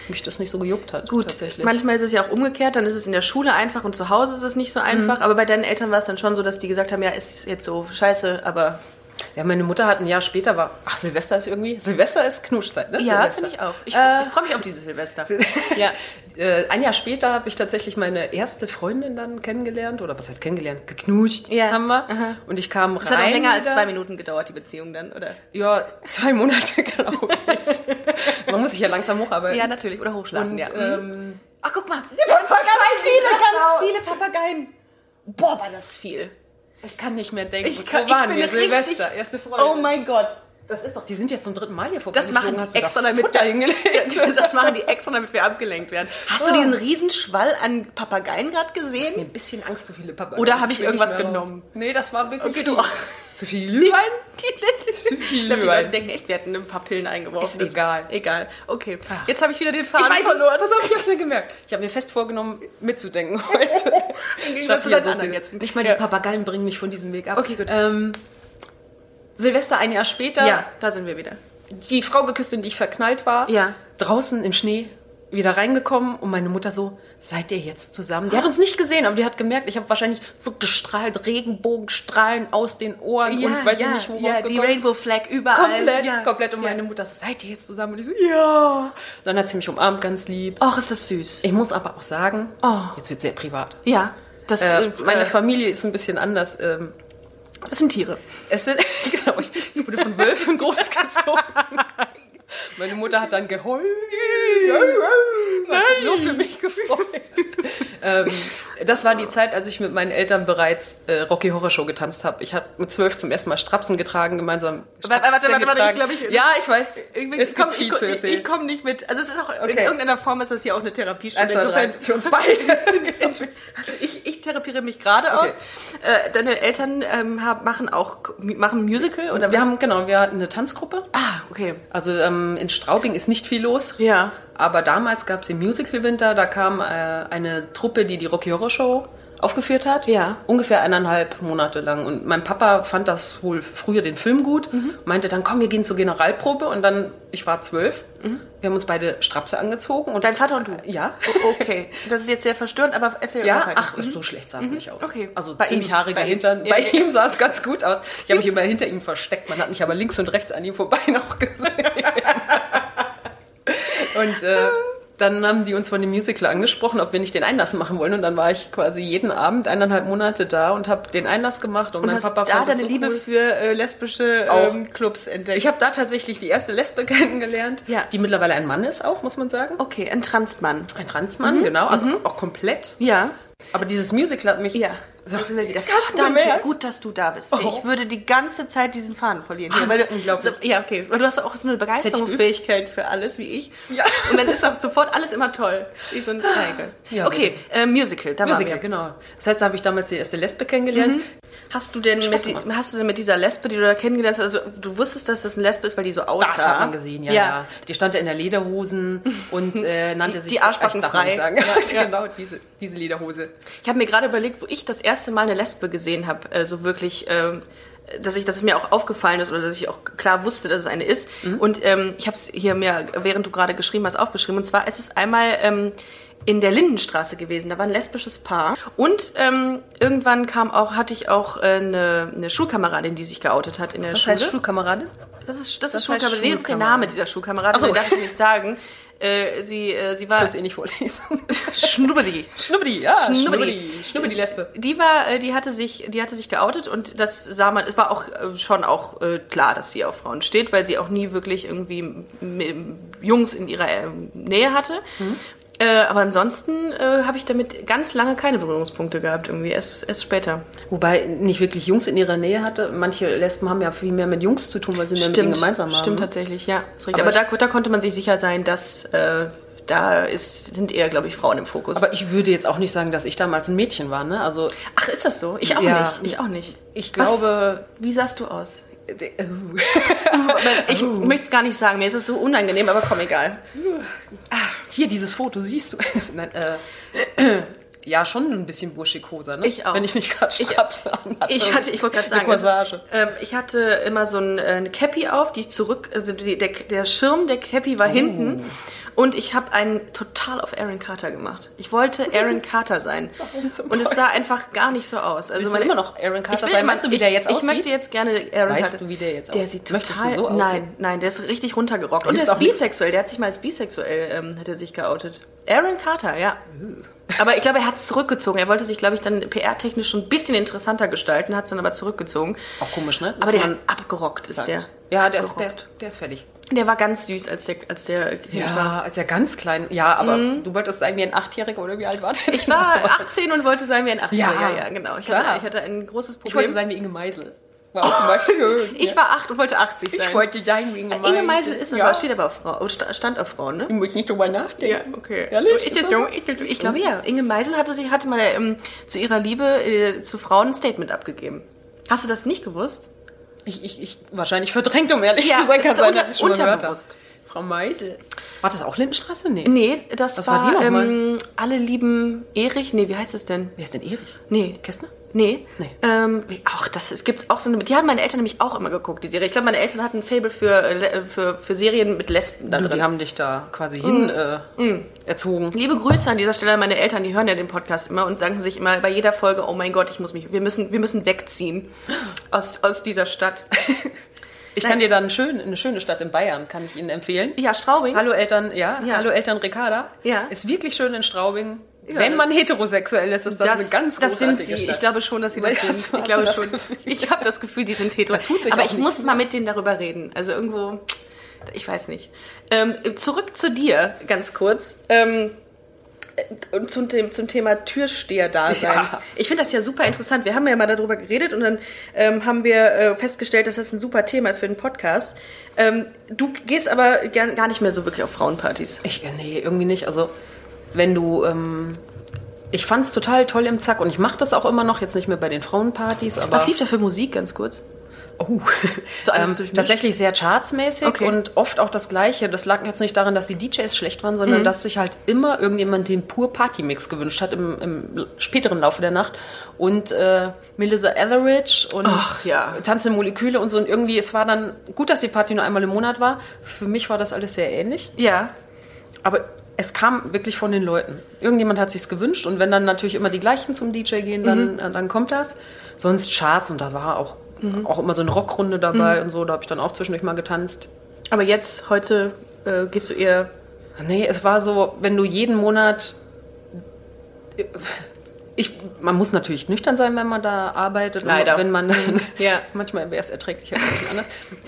[SPEAKER 2] mich das nicht so gejuckt hat.
[SPEAKER 1] Gut,
[SPEAKER 2] tatsächlich.
[SPEAKER 1] manchmal ist es ja auch umgekehrt, dann ist es in der Schule einfach und zu Hause ist es nicht so einfach. Aber bei deinen Eltern war es dann schon so, dass die gesagt haben, ja, ist jetzt so scheiße, aber
[SPEAKER 2] ja, meine Mutter hat ein Jahr später war, ach Silvester ist irgendwie, Silvester ist Knutschzeit, ne?
[SPEAKER 1] ja,
[SPEAKER 2] Silvester.
[SPEAKER 1] finde ich auch. Ich,
[SPEAKER 2] Äh,
[SPEAKER 1] ich freue mich auf dieses Silvester.
[SPEAKER 2] ja, äh, ein Jahr später habe ich tatsächlich meine erste Freundin dann kennengelernt, oder was heißt kennengelernt? Geknutscht
[SPEAKER 1] Ja,
[SPEAKER 2] haben wir.
[SPEAKER 1] aha.
[SPEAKER 2] Und ich kam
[SPEAKER 1] Das
[SPEAKER 2] rein.
[SPEAKER 1] hat auch länger als
[SPEAKER 2] wieder.
[SPEAKER 1] zwei Minuten gedauert, die Beziehung dann, oder?
[SPEAKER 2] Ja, zwei Monate, glaube ich. Man muss sich ja langsam hocharbeiten.
[SPEAKER 1] Ja, natürlich. Oder hochschlafen,
[SPEAKER 2] Und,
[SPEAKER 1] ja. Mhm.
[SPEAKER 2] ähm,
[SPEAKER 1] Ach, guck mal. Ganz, ganz viele, ganz viele Papageien. Boah, war das viel.
[SPEAKER 2] ich kann nicht mehr denken.
[SPEAKER 1] Ich kann-
[SPEAKER 2] Wo waren
[SPEAKER 1] ich bin
[SPEAKER 2] wir?
[SPEAKER 1] richtig-
[SPEAKER 2] Silvester, erste Freundin.
[SPEAKER 1] Oh mein Gott.
[SPEAKER 2] das ist doch, die sind jetzt zum dritten Mal hier vorbei.
[SPEAKER 1] Das machen die extra damit.
[SPEAKER 2] Futter hingelegt.
[SPEAKER 1] Das machen die extra, damit wir abgelenkt werden. Hast du
[SPEAKER 2] Oh.
[SPEAKER 1] diesen Riesenschwall an Papageien gerade
[SPEAKER 2] Mir
[SPEAKER 1] gesehen?
[SPEAKER 2] ein bisschen Angst, so viele Papageien.
[SPEAKER 1] Oder hab ich
[SPEAKER 2] will
[SPEAKER 1] irgendwas
[SPEAKER 2] nicht mehr
[SPEAKER 1] genommen?
[SPEAKER 2] Raus. Nee, das war wirklich
[SPEAKER 1] Okay,
[SPEAKER 2] viel.
[SPEAKER 1] du-
[SPEAKER 2] Zu viel Glühwein? Zu
[SPEAKER 1] Ich
[SPEAKER 2] viel
[SPEAKER 1] glaube, die Leute
[SPEAKER 2] Glühwein.
[SPEAKER 1] denken echt, wir hätten ein paar Pillen eingeworfen.
[SPEAKER 2] Ist egal. Ah.
[SPEAKER 1] Egal. Okay. Jetzt habe ich wieder den
[SPEAKER 2] Ich
[SPEAKER 1] Faden
[SPEAKER 2] weiß es.
[SPEAKER 1] verloren.
[SPEAKER 2] Pass auf, ich hab's mir gemerkt. Ich habe mir fest vorgenommen, mitzudenken heute.
[SPEAKER 1] Gegensatz
[SPEAKER 2] Schaff
[SPEAKER 1] zu
[SPEAKER 2] hier
[SPEAKER 1] den
[SPEAKER 2] so
[SPEAKER 1] anderen
[SPEAKER 2] viel.
[SPEAKER 1] jetzt.
[SPEAKER 2] Nicht mal
[SPEAKER 1] Ja.
[SPEAKER 2] die Papageien bringen mich von diesem Weg ab.
[SPEAKER 1] Okay, gut.
[SPEAKER 2] Ähm, Silvester ein Jahr später.
[SPEAKER 1] Ja, da sind wir wieder.
[SPEAKER 2] die Frau geküsst, in die ich verknallt war.
[SPEAKER 1] Ja.
[SPEAKER 2] Draußen im Schnee wieder reingekommen und meine Mutter so, seid ihr jetzt zusammen? Die hat uns nicht gesehen, aber die hat gemerkt, ich habe wahrscheinlich so gestrahlt, Regenbogenstrahlen aus den Ohren und weiß ich nicht, wo
[SPEAKER 1] ja, die
[SPEAKER 2] rausgekommen.
[SPEAKER 1] Rainbow Flag überall.
[SPEAKER 2] Komplett,
[SPEAKER 1] ja.
[SPEAKER 2] komplett. Und meine Mutter so, seid ihr jetzt zusammen? Und ich so, ja. Dann hat sie mich umarmt, ganz lieb.
[SPEAKER 1] Och, ist das süß.
[SPEAKER 2] Ich muss aber auch sagen,
[SPEAKER 1] Oh.
[SPEAKER 2] jetzt wird sehr privat.
[SPEAKER 1] Ja, das,
[SPEAKER 2] Äh,
[SPEAKER 1] äh,
[SPEAKER 2] meine
[SPEAKER 1] äh,
[SPEAKER 2] Familie ist ein bisschen anders. Ähm,
[SPEAKER 1] das sind Tiere.
[SPEAKER 2] es sind, genau, ich, ich wurde von Wölfen großgezogen. Meine Mutter hat dann geheult. Hat sich so für mich gefreut. ähm, das war die Zeit, als ich mit meinen Eltern bereits äh, Rocky Horror Show getanzt habe. Ich habe mit zwölf zum ersten Mal Strapsen getragen, gemeinsam.
[SPEAKER 1] warte, warte,
[SPEAKER 2] Strapse
[SPEAKER 1] warte, ich
[SPEAKER 2] getragen.
[SPEAKER 1] glaub, ich-
[SPEAKER 2] ja, ich weiß.
[SPEAKER 1] Irgendwie-
[SPEAKER 2] es
[SPEAKER 1] komm,
[SPEAKER 2] gibt
[SPEAKER 1] ich
[SPEAKER 2] viel
[SPEAKER 1] komm-
[SPEAKER 2] zu
[SPEAKER 1] ich-
[SPEAKER 2] erzählen.
[SPEAKER 1] Ich komme nicht mit. Also es ist auch in
[SPEAKER 2] Okay.
[SPEAKER 1] irgendeiner Form ist das hier auch eine Therapiestunde.
[SPEAKER 2] Eins, zwei, drei. Für uns
[SPEAKER 1] beide. also ich, ich therapiere mich gerade aus. Äh, deine Eltern ähm, hab, machen auch machen ein Musical oder
[SPEAKER 2] wir
[SPEAKER 1] was?
[SPEAKER 2] haben genau, wir hatten eine Tanzgruppe.
[SPEAKER 1] ah okay
[SPEAKER 2] Also ähm, in Straubing ist nicht viel los.
[SPEAKER 1] ja
[SPEAKER 2] Aber damals gab es den Musical Winter, da kam äh, eine Truppe, die die Rocky Horror Show aufgeführt hat.
[SPEAKER 1] Ja.
[SPEAKER 2] Ungefähr eineinhalb Monate lang. Und mein Papa fand das wohl früher den Film gut,
[SPEAKER 1] Mhm.
[SPEAKER 2] meinte dann, komm, wir gehen zur Generalprobe. Und dann, ich war zwölf, wir haben uns beide Strapse angezogen. Und
[SPEAKER 1] Mhm. dein Vater und du
[SPEAKER 2] Ja.
[SPEAKER 1] Oh, okay das ist jetzt sehr verstörend aber erzähl
[SPEAKER 2] Ja,
[SPEAKER 1] doch weiter.
[SPEAKER 2] ach, so schlecht sah es nicht aus.
[SPEAKER 1] mhm. Okay.
[SPEAKER 2] Also
[SPEAKER 1] Bei ihm.
[SPEAKER 2] ziemlich haariger
[SPEAKER 1] Bei ihm.
[SPEAKER 2] Hintern.
[SPEAKER 1] Ja.
[SPEAKER 2] Bei ihm sah es ganz gut aus. Ich habe mich immer hinter ihm versteckt. Man hat mich aber links und rechts an ihm vorbei noch gesehen. und äh, dann haben die uns von dem Musical angesprochen, ob wir nicht den Einlass machen wollen. Und dann war ich quasi jeden Abend eineinhalb Monate da und habe den Einlass gemacht. Und,
[SPEAKER 1] und
[SPEAKER 2] mein
[SPEAKER 1] hast
[SPEAKER 2] Papa
[SPEAKER 1] da
[SPEAKER 2] fand das
[SPEAKER 1] deine
[SPEAKER 2] so
[SPEAKER 1] Liebe
[SPEAKER 2] cool.
[SPEAKER 1] für äh, lesbische
[SPEAKER 2] Auch.
[SPEAKER 1] ähm, Clubs entdeckt
[SPEAKER 2] Ich habe da tatsächlich die erste Lesbe kennengelernt,
[SPEAKER 1] Ja.
[SPEAKER 2] die mittlerweile ein Mann ist auch, muss man sagen.
[SPEAKER 1] okay ein Transmann
[SPEAKER 2] Ein
[SPEAKER 1] Mhm.
[SPEAKER 2] Transmann, genau. Also auch komplett.
[SPEAKER 1] ja
[SPEAKER 2] Aber dieses Musical hat mich...
[SPEAKER 1] Ja, da sind wir wieder.
[SPEAKER 2] Hast du
[SPEAKER 1] Verdammt,
[SPEAKER 2] gemerkt?
[SPEAKER 1] gut, dass du da bist.
[SPEAKER 2] Oh. Ah,
[SPEAKER 1] Ich würde die ganze Zeit diesen Faden verlieren. Hier, weil du,
[SPEAKER 2] Unglaublich.
[SPEAKER 1] So, ja, okay. Weil du hast auch so eine Begeisterungsfähigkeit für alles, wie ich.
[SPEAKER 2] Ja.
[SPEAKER 1] Und dann ist auch sofort alles immer toll. Wie so ein Geige.
[SPEAKER 2] Ja.
[SPEAKER 1] okay, äh, Musical, da waren
[SPEAKER 2] Musical, Mhm.
[SPEAKER 1] wir.
[SPEAKER 2] genau. Das heißt, da habe ich damals die erste Lesbe kennengelernt.
[SPEAKER 1] Hast du, denn mit, die,
[SPEAKER 2] gemacht.
[SPEAKER 1] hast du denn mit dieser Lesbe, die du da kennengelernt hast, also du wusstest, dass das eine Lesbe ist, weil die so aussah?
[SPEAKER 2] Das hat man gesehen, ja, ja. Die stand ja in der Lederhosen und äh, nannte
[SPEAKER 1] Die-
[SPEAKER 2] sich...
[SPEAKER 1] die Arschbacken
[SPEAKER 2] ich darf nicht
[SPEAKER 1] frei.
[SPEAKER 2] Sagen.
[SPEAKER 1] Ja, ja.
[SPEAKER 2] genau, diese, diese Lederhose.
[SPEAKER 1] Ich habe mir gerade überlegt, wo ich das erste Mal eine Lesbe gesehen habe, äh, so wirklich, ähm, dass ich, dass es mir auch aufgefallen ist oder dass ich auch klar wusste, dass es eine ist.
[SPEAKER 2] Mhm.
[SPEAKER 1] Und ähm, ich habe es hier mir, während du gerade geschrieben hast, aufgeschrieben. Und zwar ist es einmal ähm, in der Lindenstraße gewesen. Da war ein lesbisches Paar. Und ähm, irgendwann kam auch, hatte ich auch äh, eine, eine Schulkameradin, die sich geoutet hat in der Schule.
[SPEAKER 2] Schulkameradin?
[SPEAKER 1] Das ist, das
[SPEAKER 2] Das
[SPEAKER 1] ist
[SPEAKER 2] heißt
[SPEAKER 1] Schulkamerad. Nee, das ist der
[SPEAKER 2] Schulkamerad.
[SPEAKER 1] Name dieser Schulkamerad.
[SPEAKER 2] Ach so.
[SPEAKER 1] Den darf ich nicht sagen. Äh, sie, äh, sie war
[SPEAKER 2] Kannst du eh nicht vorlesen.
[SPEAKER 1] Schnubbeli.
[SPEAKER 2] Schnubbeli, ja.
[SPEAKER 1] Schnubbeli.
[SPEAKER 2] Schnubbeli. Schnubbeli-Lesbe.
[SPEAKER 1] Die war, äh, die hatte sich, die hatte sich geoutet und das sah man, es war auch äh, schon auch äh, klar, dass sie auf Frauen steht, weil sie auch nie wirklich irgendwie m- m- Jungs in ihrer äh, Nähe hatte. Äh, aber ansonsten äh, habe ich damit ganz lange keine Berührungspunkte gehabt, irgendwie erst, erst später.
[SPEAKER 2] Wobei nicht wirklich Jungs in ihrer Nähe hatte. Manche Lesben haben ja viel mehr mit Jungs zu tun, weil sie mehr mit ihnen gemeinsam ne? haben.
[SPEAKER 1] stimmt tatsächlich, ja. Ist richtig.
[SPEAKER 2] Aber
[SPEAKER 1] ne? Aber, da, da konnte man sich sicher sein, dass äh, da ist, sind eher, glaube ich, Frauen im Fokus.
[SPEAKER 2] Aber ich würde jetzt auch nicht sagen, dass ich damals ein Mädchen war, ne? Also
[SPEAKER 1] Ach, ist das so? Ich auch
[SPEAKER 2] Ja.
[SPEAKER 1] nicht. Ich auch nicht.
[SPEAKER 2] ich
[SPEAKER 1] Was-
[SPEAKER 2] glaube.
[SPEAKER 1] Wie sahst du aus?
[SPEAKER 2] äh, Oh.
[SPEAKER 1] Ich möchte es gar nicht sagen, mir ist es so unangenehm, aber komm, egal.
[SPEAKER 2] Hier dieses Foto, siehst du? Nein, äh, ja, schon ein bisschen burschikoser, ne?
[SPEAKER 1] Ich auch.
[SPEAKER 2] Wenn ich nicht gerade Straps anhatte.
[SPEAKER 1] Ich, hatte, ich wollte gerade sagen,
[SPEAKER 2] Ähm, Eine Corsage.
[SPEAKER 1] es- ähm, ich hatte immer so ein, äh, eine Cappy auf, die ich zurück, also die, der, der Schirm der Cappy
[SPEAKER 2] Oh.
[SPEAKER 1] war hinten und ich habe einen total auf Aaron Carter gemacht. Ich wollte Aaron Carter sein
[SPEAKER 2] Warum zum
[SPEAKER 1] und es sah einfach gar nicht so aus. Also
[SPEAKER 2] Willst
[SPEAKER 1] meine-
[SPEAKER 2] du immer noch Aaron Carter
[SPEAKER 1] ich will
[SPEAKER 2] sein?
[SPEAKER 1] immer-
[SPEAKER 2] Weißt du, wie der
[SPEAKER 1] ich-
[SPEAKER 2] jetzt aussieht?
[SPEAKER 1] Ich möchte jetzt gerne Aaron
[SPEAKER 2] Weißt
[SPEAKER 1] Carter.
[SPEAKER 2] du, wie der jetzt
[SPEAKER 1] Der
[SPEAKER 2] aussieht?
[SPEAKER 1] sieht total,
[SPEAKER 2] Möchtest du so aussehen?
[SPEAKER 1] Nein, nein, der ist richtig runtergerockt. Und der
[SPEAKER 2] Gibt's
[SPEAKER 1] ist
[SPEAKER 2] auch nicht-
[SPEAKER 1] bisexuell. Der hat sich mal als bisexuell ähm, hat er sich geoutet. Aaron Carter, ja.
[SPEAKER 2] Äh.
[SPEAKER 1] Aber ich glaube, er hat es zurückgezogen. Er wollte sich, glaube ich, dann PR-technisch schon ein bisschen interessanter gestalten, hat es dann aber zurückgezogen.
[SPEAKER 2] auch komisch, ne?
[SPEAKER 1] Aber der
[SPEAKER 2] Dass
[SPEAKER 1] hat
[SPEAKER 2] man
[SPEAKER 1] abgerockt, ist
[SPEAKER 2] sagt.
[SPEAKER 1] der.
[SPEAKER 2] Ja, der ist,
[SPEAKER 1] Abgerockt.
[SPEAKER 2] der, ist, der ist fertig.
[SPEAKER 1] Der war ganz süß, als der, als der Kind war.
[SPEAKER 2] Ja, als er ganz klein. Ja, aber du wolltest sein wie ein Achtjähriger oder wie alt war der?
[SPEAKER 1] Mhm. Ich war 18 und wollte sein wie ein 8-Jähriger, ja,
[SPEAKER 2] Ja,
[SPEAKER 1] genau. Ich
[SPEAKER 2] klar.
[SPEAKER 1] hatte, ich hatte ein großes Problem.
[SPEAKER 2] Ich wollte sein wie Inge Meisel. War auch mal schön.
[SPEAKER 1] Ich
[SPEAKER 2] ja.
[SPEAKER 1] war 8 und wollte 80 sein.
[SPEAKER 2] ich wollte sein wie Inge Meisel.
[SPEAKER 1] Inge Meisel ist
[SPEAKER 2] ja.
[SPEAKER 1] aber, steht aber auf Frau, oh, sta- stand auf Frauen, ne?
[SPEAKER 2] Ich muss nicht drüber nachdenken.
[SPEAKER 1] Ja, okay.
[SPEAKER 2] Ehrlich?
[SPEAKER 1] Ist das so? Ist das so? Ich glaube ja. Inge Meisel hatte, sie, hatte mal ähm, zu ihrer Liebe äh, zu Frauen ein Statement abgegeben. Hast du das nicht gewusst?
[SPEAKER 2] Ich, ich, ich, wahrscheinlich verdrängt, um ehrlich
[SPEAKER 1] Ja,
[SPEAKER 2] zu sein.
[SPEAKER 1] es
[SPEAKER 2] Kann
[SPEAKER 1] ist
[SPEAKER 2] sein,
[SPEAKER 1] unter-
[SPEAKER 2] dass ich schon mal gehört habe.
[SPEAKER 1] unterbewusst.
[SPEAKER 2] Frau Meisel. War das auch Lindenstraße? Nee.
[SPEAKER 1] Nee, das
[SPEAKER 2] Was war
[SPEAKER 1] war,
[SPEAKER 2] die noch mal?
[SPEAKER 1] ähm, alle lieben Erich. Nee, wie heißt das denn?
[SPEAKER 2] Wer ist denn Erich?
[SPEAKER 1] Nee.
[SPEAKER 2] Kästner?
[SPEAKER 1] Nee.
[SPEAKER 2] Nee.
[SPEAKER 1] Ähm, wie- auch das, es gibt auch so eine, die haben meine Eltern nämlich auch immer geguckt, die Serie. Ich glaube, meine Eltern hatten ein Fable für, äh, le- für, für Serien mit Lesben da
[SPEAKER 2] Du, die
[SPEAKER 1] drin. Mm.
[SPEAKER 2] haben dich da quasi hin äh, erzogen.
[SPEAKER 1] Liebe Grüße an dieser Stelle an meine Eltern, die hören ja den Podcast immer und sagen sich immer bei jeder Folge, oh mein Gott, ich muss mich, wir müssen, wir müssen wegziehen aus, aus dieser Stadt.
[SPEAKER 2] Ich kann dir dann schön, eine schöne Stadt in Bayern, kann ich Ihnen empfehlen.
[SPEAKER 1] Ja, Straubing.
[SPEAKER 2] Hallo Eltern, ja,
[SPEAKER 1] Ja.
[SPEAKER 2] hallo Eltern Ricarda.
[SPEAKER 1] Ja.
[SPEAKER 2] Ist wirklich schön in Straubing.
[SPEAKER 1] Ja.
[SPEAKER 2] Wenn man heterosexuell ist, ist das, eine ganz
[SPEAKER 1] das sind
[SPEAKER 2] großartige
[SPEAKER 1] sie.
[SPEAKER 2] Stadt.
[SPEAKER 1] Ich glaube schon, dass sie das
[SPEAKER 2] Weißt du,
[SPEAKER 1] sind.
[SPEAKER 2] hast
[SPEAKER 1] Ich
[SPEAKER 2] du
[SPEAKER 1] glaube
[SPEAKER 2] das
[SPEAKER 1] schon.
[SPEAKER 2] Gefühl?
[SPEAKER 1] Ich habe das Gefühl, die sind hetero.
[SPEAKER 2] Da tut sich
[SPEAKER 1] Aber
[SPEAKER 2] auch
[SPEAKER 1] ich
[SPEAKER 2] nichts
[SPEAKER 1] muss mal mit denen darüber reden. Also irgendwo, ich weiß nicht. Ähm, zurück zu dir, ganz kurz. Ähm, äh, und zum, dem- zum Thema Türsteher-Dasein.
[SPEAKER 2] Ja.
[SPEAKER 1] Ich finde das ja super interessant. Wir haben ja mal darüber geredet und dann ähm, haben wir äh, festgestellt, dass das ein super Thema ist für den Podcast. Ähm, du gehst aber gar, gar nicht mehr so wirklich auf Frauenpartys.
[SPEAKER 2] Ich, äh, nee, irgendwie nicht. Also, wenn du, ähm, ich fand's total toll im Zack und ich mache das auch immer noch, jetzt nicht mehr bei den Frauenpartys, aber.
[SPEAKER 1] Was lief da für Musik, ganz kurz?
[SPEAKER 2] Oh.
[SPEAKER 1] So alles
[SPEAKER 2] ähm,
[SPEAKER 1] durchmischt?
[SPEAKER 2] tatsächlich sehr chartsmäßig
[SPEAKER 1] Okay.
[SPEAKER 2] und oft auch das Gleiche. Das lag jetzt nicht daran, dass die DJs schlecht waren,
[SPEAKER 1] Mhm.
[SPEAKER 2] sondern dass sich halt immer irgendjemand den pur Party-Mix gewünscht hat im, im späteren Laufe der Nacht. Und äh, Melissa Etheridge und
[SPEAKER 1] Ach, ja.
[SPEAKER 2] Tanzende Moleküle und so. Und irgendwie, es war dann gut, dass die Party nur einmal im Monat war. Für mich war das alles sehr ähnlich.
[SPEAKER 1] Ja.
[SPEAKER 2] Aber es kam wirklich von den Leuten. Irgendjemand hat sich's gewünscht und wenn dann natürlich immer die gleichen zum DJ gehen, dann, äh, dann kommt das. Sonst Charts und da war auch, auch immer so eine Rockrunde dabei und so, da habe ich dann auch zwischendurch mal getanzt.
[SPEAKER 1] Aber jetzt, heute, äh, gehst du eher.
[SPEAKER 2] Nee, es war so, wenn du jeden Monat. Ich, man muss natürlich nüchtern sein, wenn man da arbeitet. und
[SPEAKER 1] Leider. Mhm.
[SPEAKER 2] Wenn man,
[SPEAKER 1] Ja.
[SPEAKER 2] Manchmal wäre es erträglicher als anders.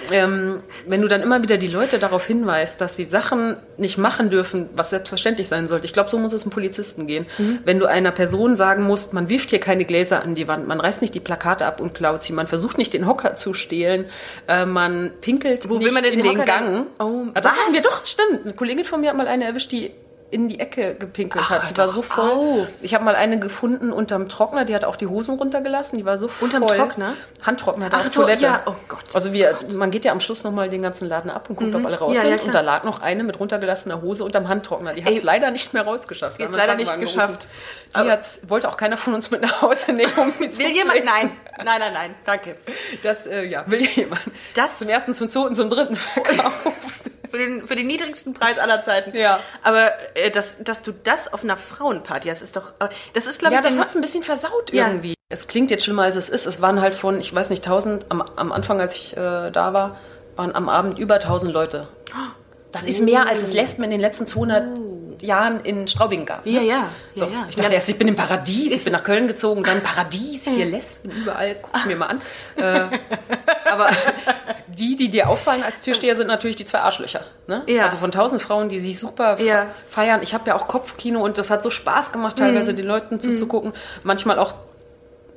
[SPEAKER 2] Ähm, wenn du dann immer wieder die Leute darauf hinweist, dass sie Sachen nicht machen dürfen, was selbstverständlich sein sollte. Ich glaube, so muss es einem Polizisten gehen.
[SPEAKER 1] Mhm.
[SPEAKER 2] Wenn du einer Person sagen musst, man wirft hier keine Gläser an die Wand, man reißt nicht die Plakate ab und klaut sie, man versucht nicht den Hocker zu stehlen, äh, man pinkelt
[SPEAKER 1] Wo will
[SPEAKER 2] nicht
[SPEAKER 1] man denn
[SPEAKER 2] in
[SPEAKER 1] den
[SPEAKER 2] den
[SPEAKER 1] Hocker
[SPEAKER 2] Gang.
[SPEAKER 1] denn- Oh,
[SPEAKER 2] Ah, das
[SPEAKER 1] was?
[SPEAKER 2] hatten wir doch, stimmt. Eine Kollegin von mir hat mal eine erwischt, die in die Ecke gepinkelt hat. Die war so voll.
[SPEAKER 1] auf.
[SPEAKER 2] Ich habe mal eine gefunden unterm Trockner, die hat auch die Hosen runtergelassen, die war so voll.
[SPEAKER 1] Unterm Trockner?
[SPEAKER 2] Handtrockner, da
[SPEAKER 1] Ach
[SPEAKER 2] auf
[SPEAKER 1] so,
[SPEAKER 2] Toilette.
[SPEAKER 1] ja, oh Gott. Mhm.
[SPEAKER 2] Also wir, man geht ja am Schluss nochmal den ganzen Laden ab und guckt, ob alle raus
[SPEAKER 1] Ja,
[SPEAKER 2] sind.
[SPEAKER 1] ja,
[SPEAKER 2] und
[SPEAKER 1] klar.
[SPEAKER 2] da lag noch eine mit runtergelassener Hose unterm Handtrockner. Die hat es
[SPEAKER 1] Ey.
[SPEAKER 2] leider nicht mehr rausgeschafft. Wir
[SPEAKER 1] Jetzt
[SPEAKER 2] haben
[SPEAKER 1] leider
[SPEAKER 2] einen
[SPEAKER 1] nicht
[SPEAKER 2] Krankenwagen
[SPEAKER 1] geschafft.
[SPEAKER 2] gerufen. Die hat's, wollte auch keiner von uns mit nach Hause nehmen, um sie zu
[SPEAKER 1] Will jemand?
[SPEAKER 2] sehen.
[SPEAKER 1] Nein. Nein, nein, nein. Danke.
[SPEAKER 2] Das, äh, ja, will jemand.
[SPEAKER 1] Das-
[SPEAKER 2] zum ersten, zum zweiten, zum dritten verkauft.
[SPEAKER 1] Für den, für den niedrigsten Preis aller Zeiten.
[SPEAKER 2] Ja.
[SPEAKER 1] Aber äh, dass, dass du das auf einer Frauenparty hast, ist doch. äh, Das ist, glaube
[SPEAKER 2] Ja,
[SPEAKER 1] ich,
[SPEAKER 2] das
[SPEAKER 1] den-
[SPEAKER 2] hat es ein bisschen versaut
[SPEAKER 1] Ja.
[SPEAKER 2] irgendwie. Es klingt jetzt schlimmer, als es ist. Es waren halt von, ich weiß
[SPEAKER 1] Oh.
[SPEAKER 2] nicht, 1000, am, am Anfang, als ich äh, da war, waren am Abend über 1000 Leute. Das ist mehr, als es Lesben in den letzten 200 Jahren in Straubing gab.
[SPEAKER 1] Ja, ja.
[SPEAKER 2] So,
[SPEAKER 1] ja, ja. Hm.
[SPEAKER 2] Ich dachte erst, ich bin im Paradies, ich bin nach Köln gezogen, dann Paradies, hier Lesben überall, guck mir mal an. Äh, aber die, die dir auffallen als Türsteher, sind natürlich die zwei Arschlöcher. Ne?
[SPEAKER 1] Ja.
[SPEAKER 2] Also von tausend Frauen, die sich super f-
[SPEAKER 1] Ja.
[SPEAKER 2] feiern. Ich habe ja auch Kopfkino und das hat so Spaß gemacht,
[SPEAKER 1] Hm.
[SPEAKER 2] teilweise den Leuten zuzugucken. Manchmal auch,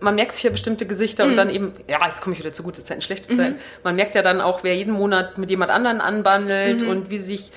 [SPEAKER 2] man merkt sich ja bestimmte Gesichter
[SPEAKER 1] Hm.
[SPEAKER 2] und dann eben, ja, jetzt komme ich wieder zu gute Zeiten, schlechte
[SPEAKER 1] Mhm.
[SPEAKER 2] Zeiten. Man merkt ja dann auch, wer jeden Monat mit jemand anderen anbandelt
[SPEAKER 1] Mhm.
[SPEAKER 2] und wie sich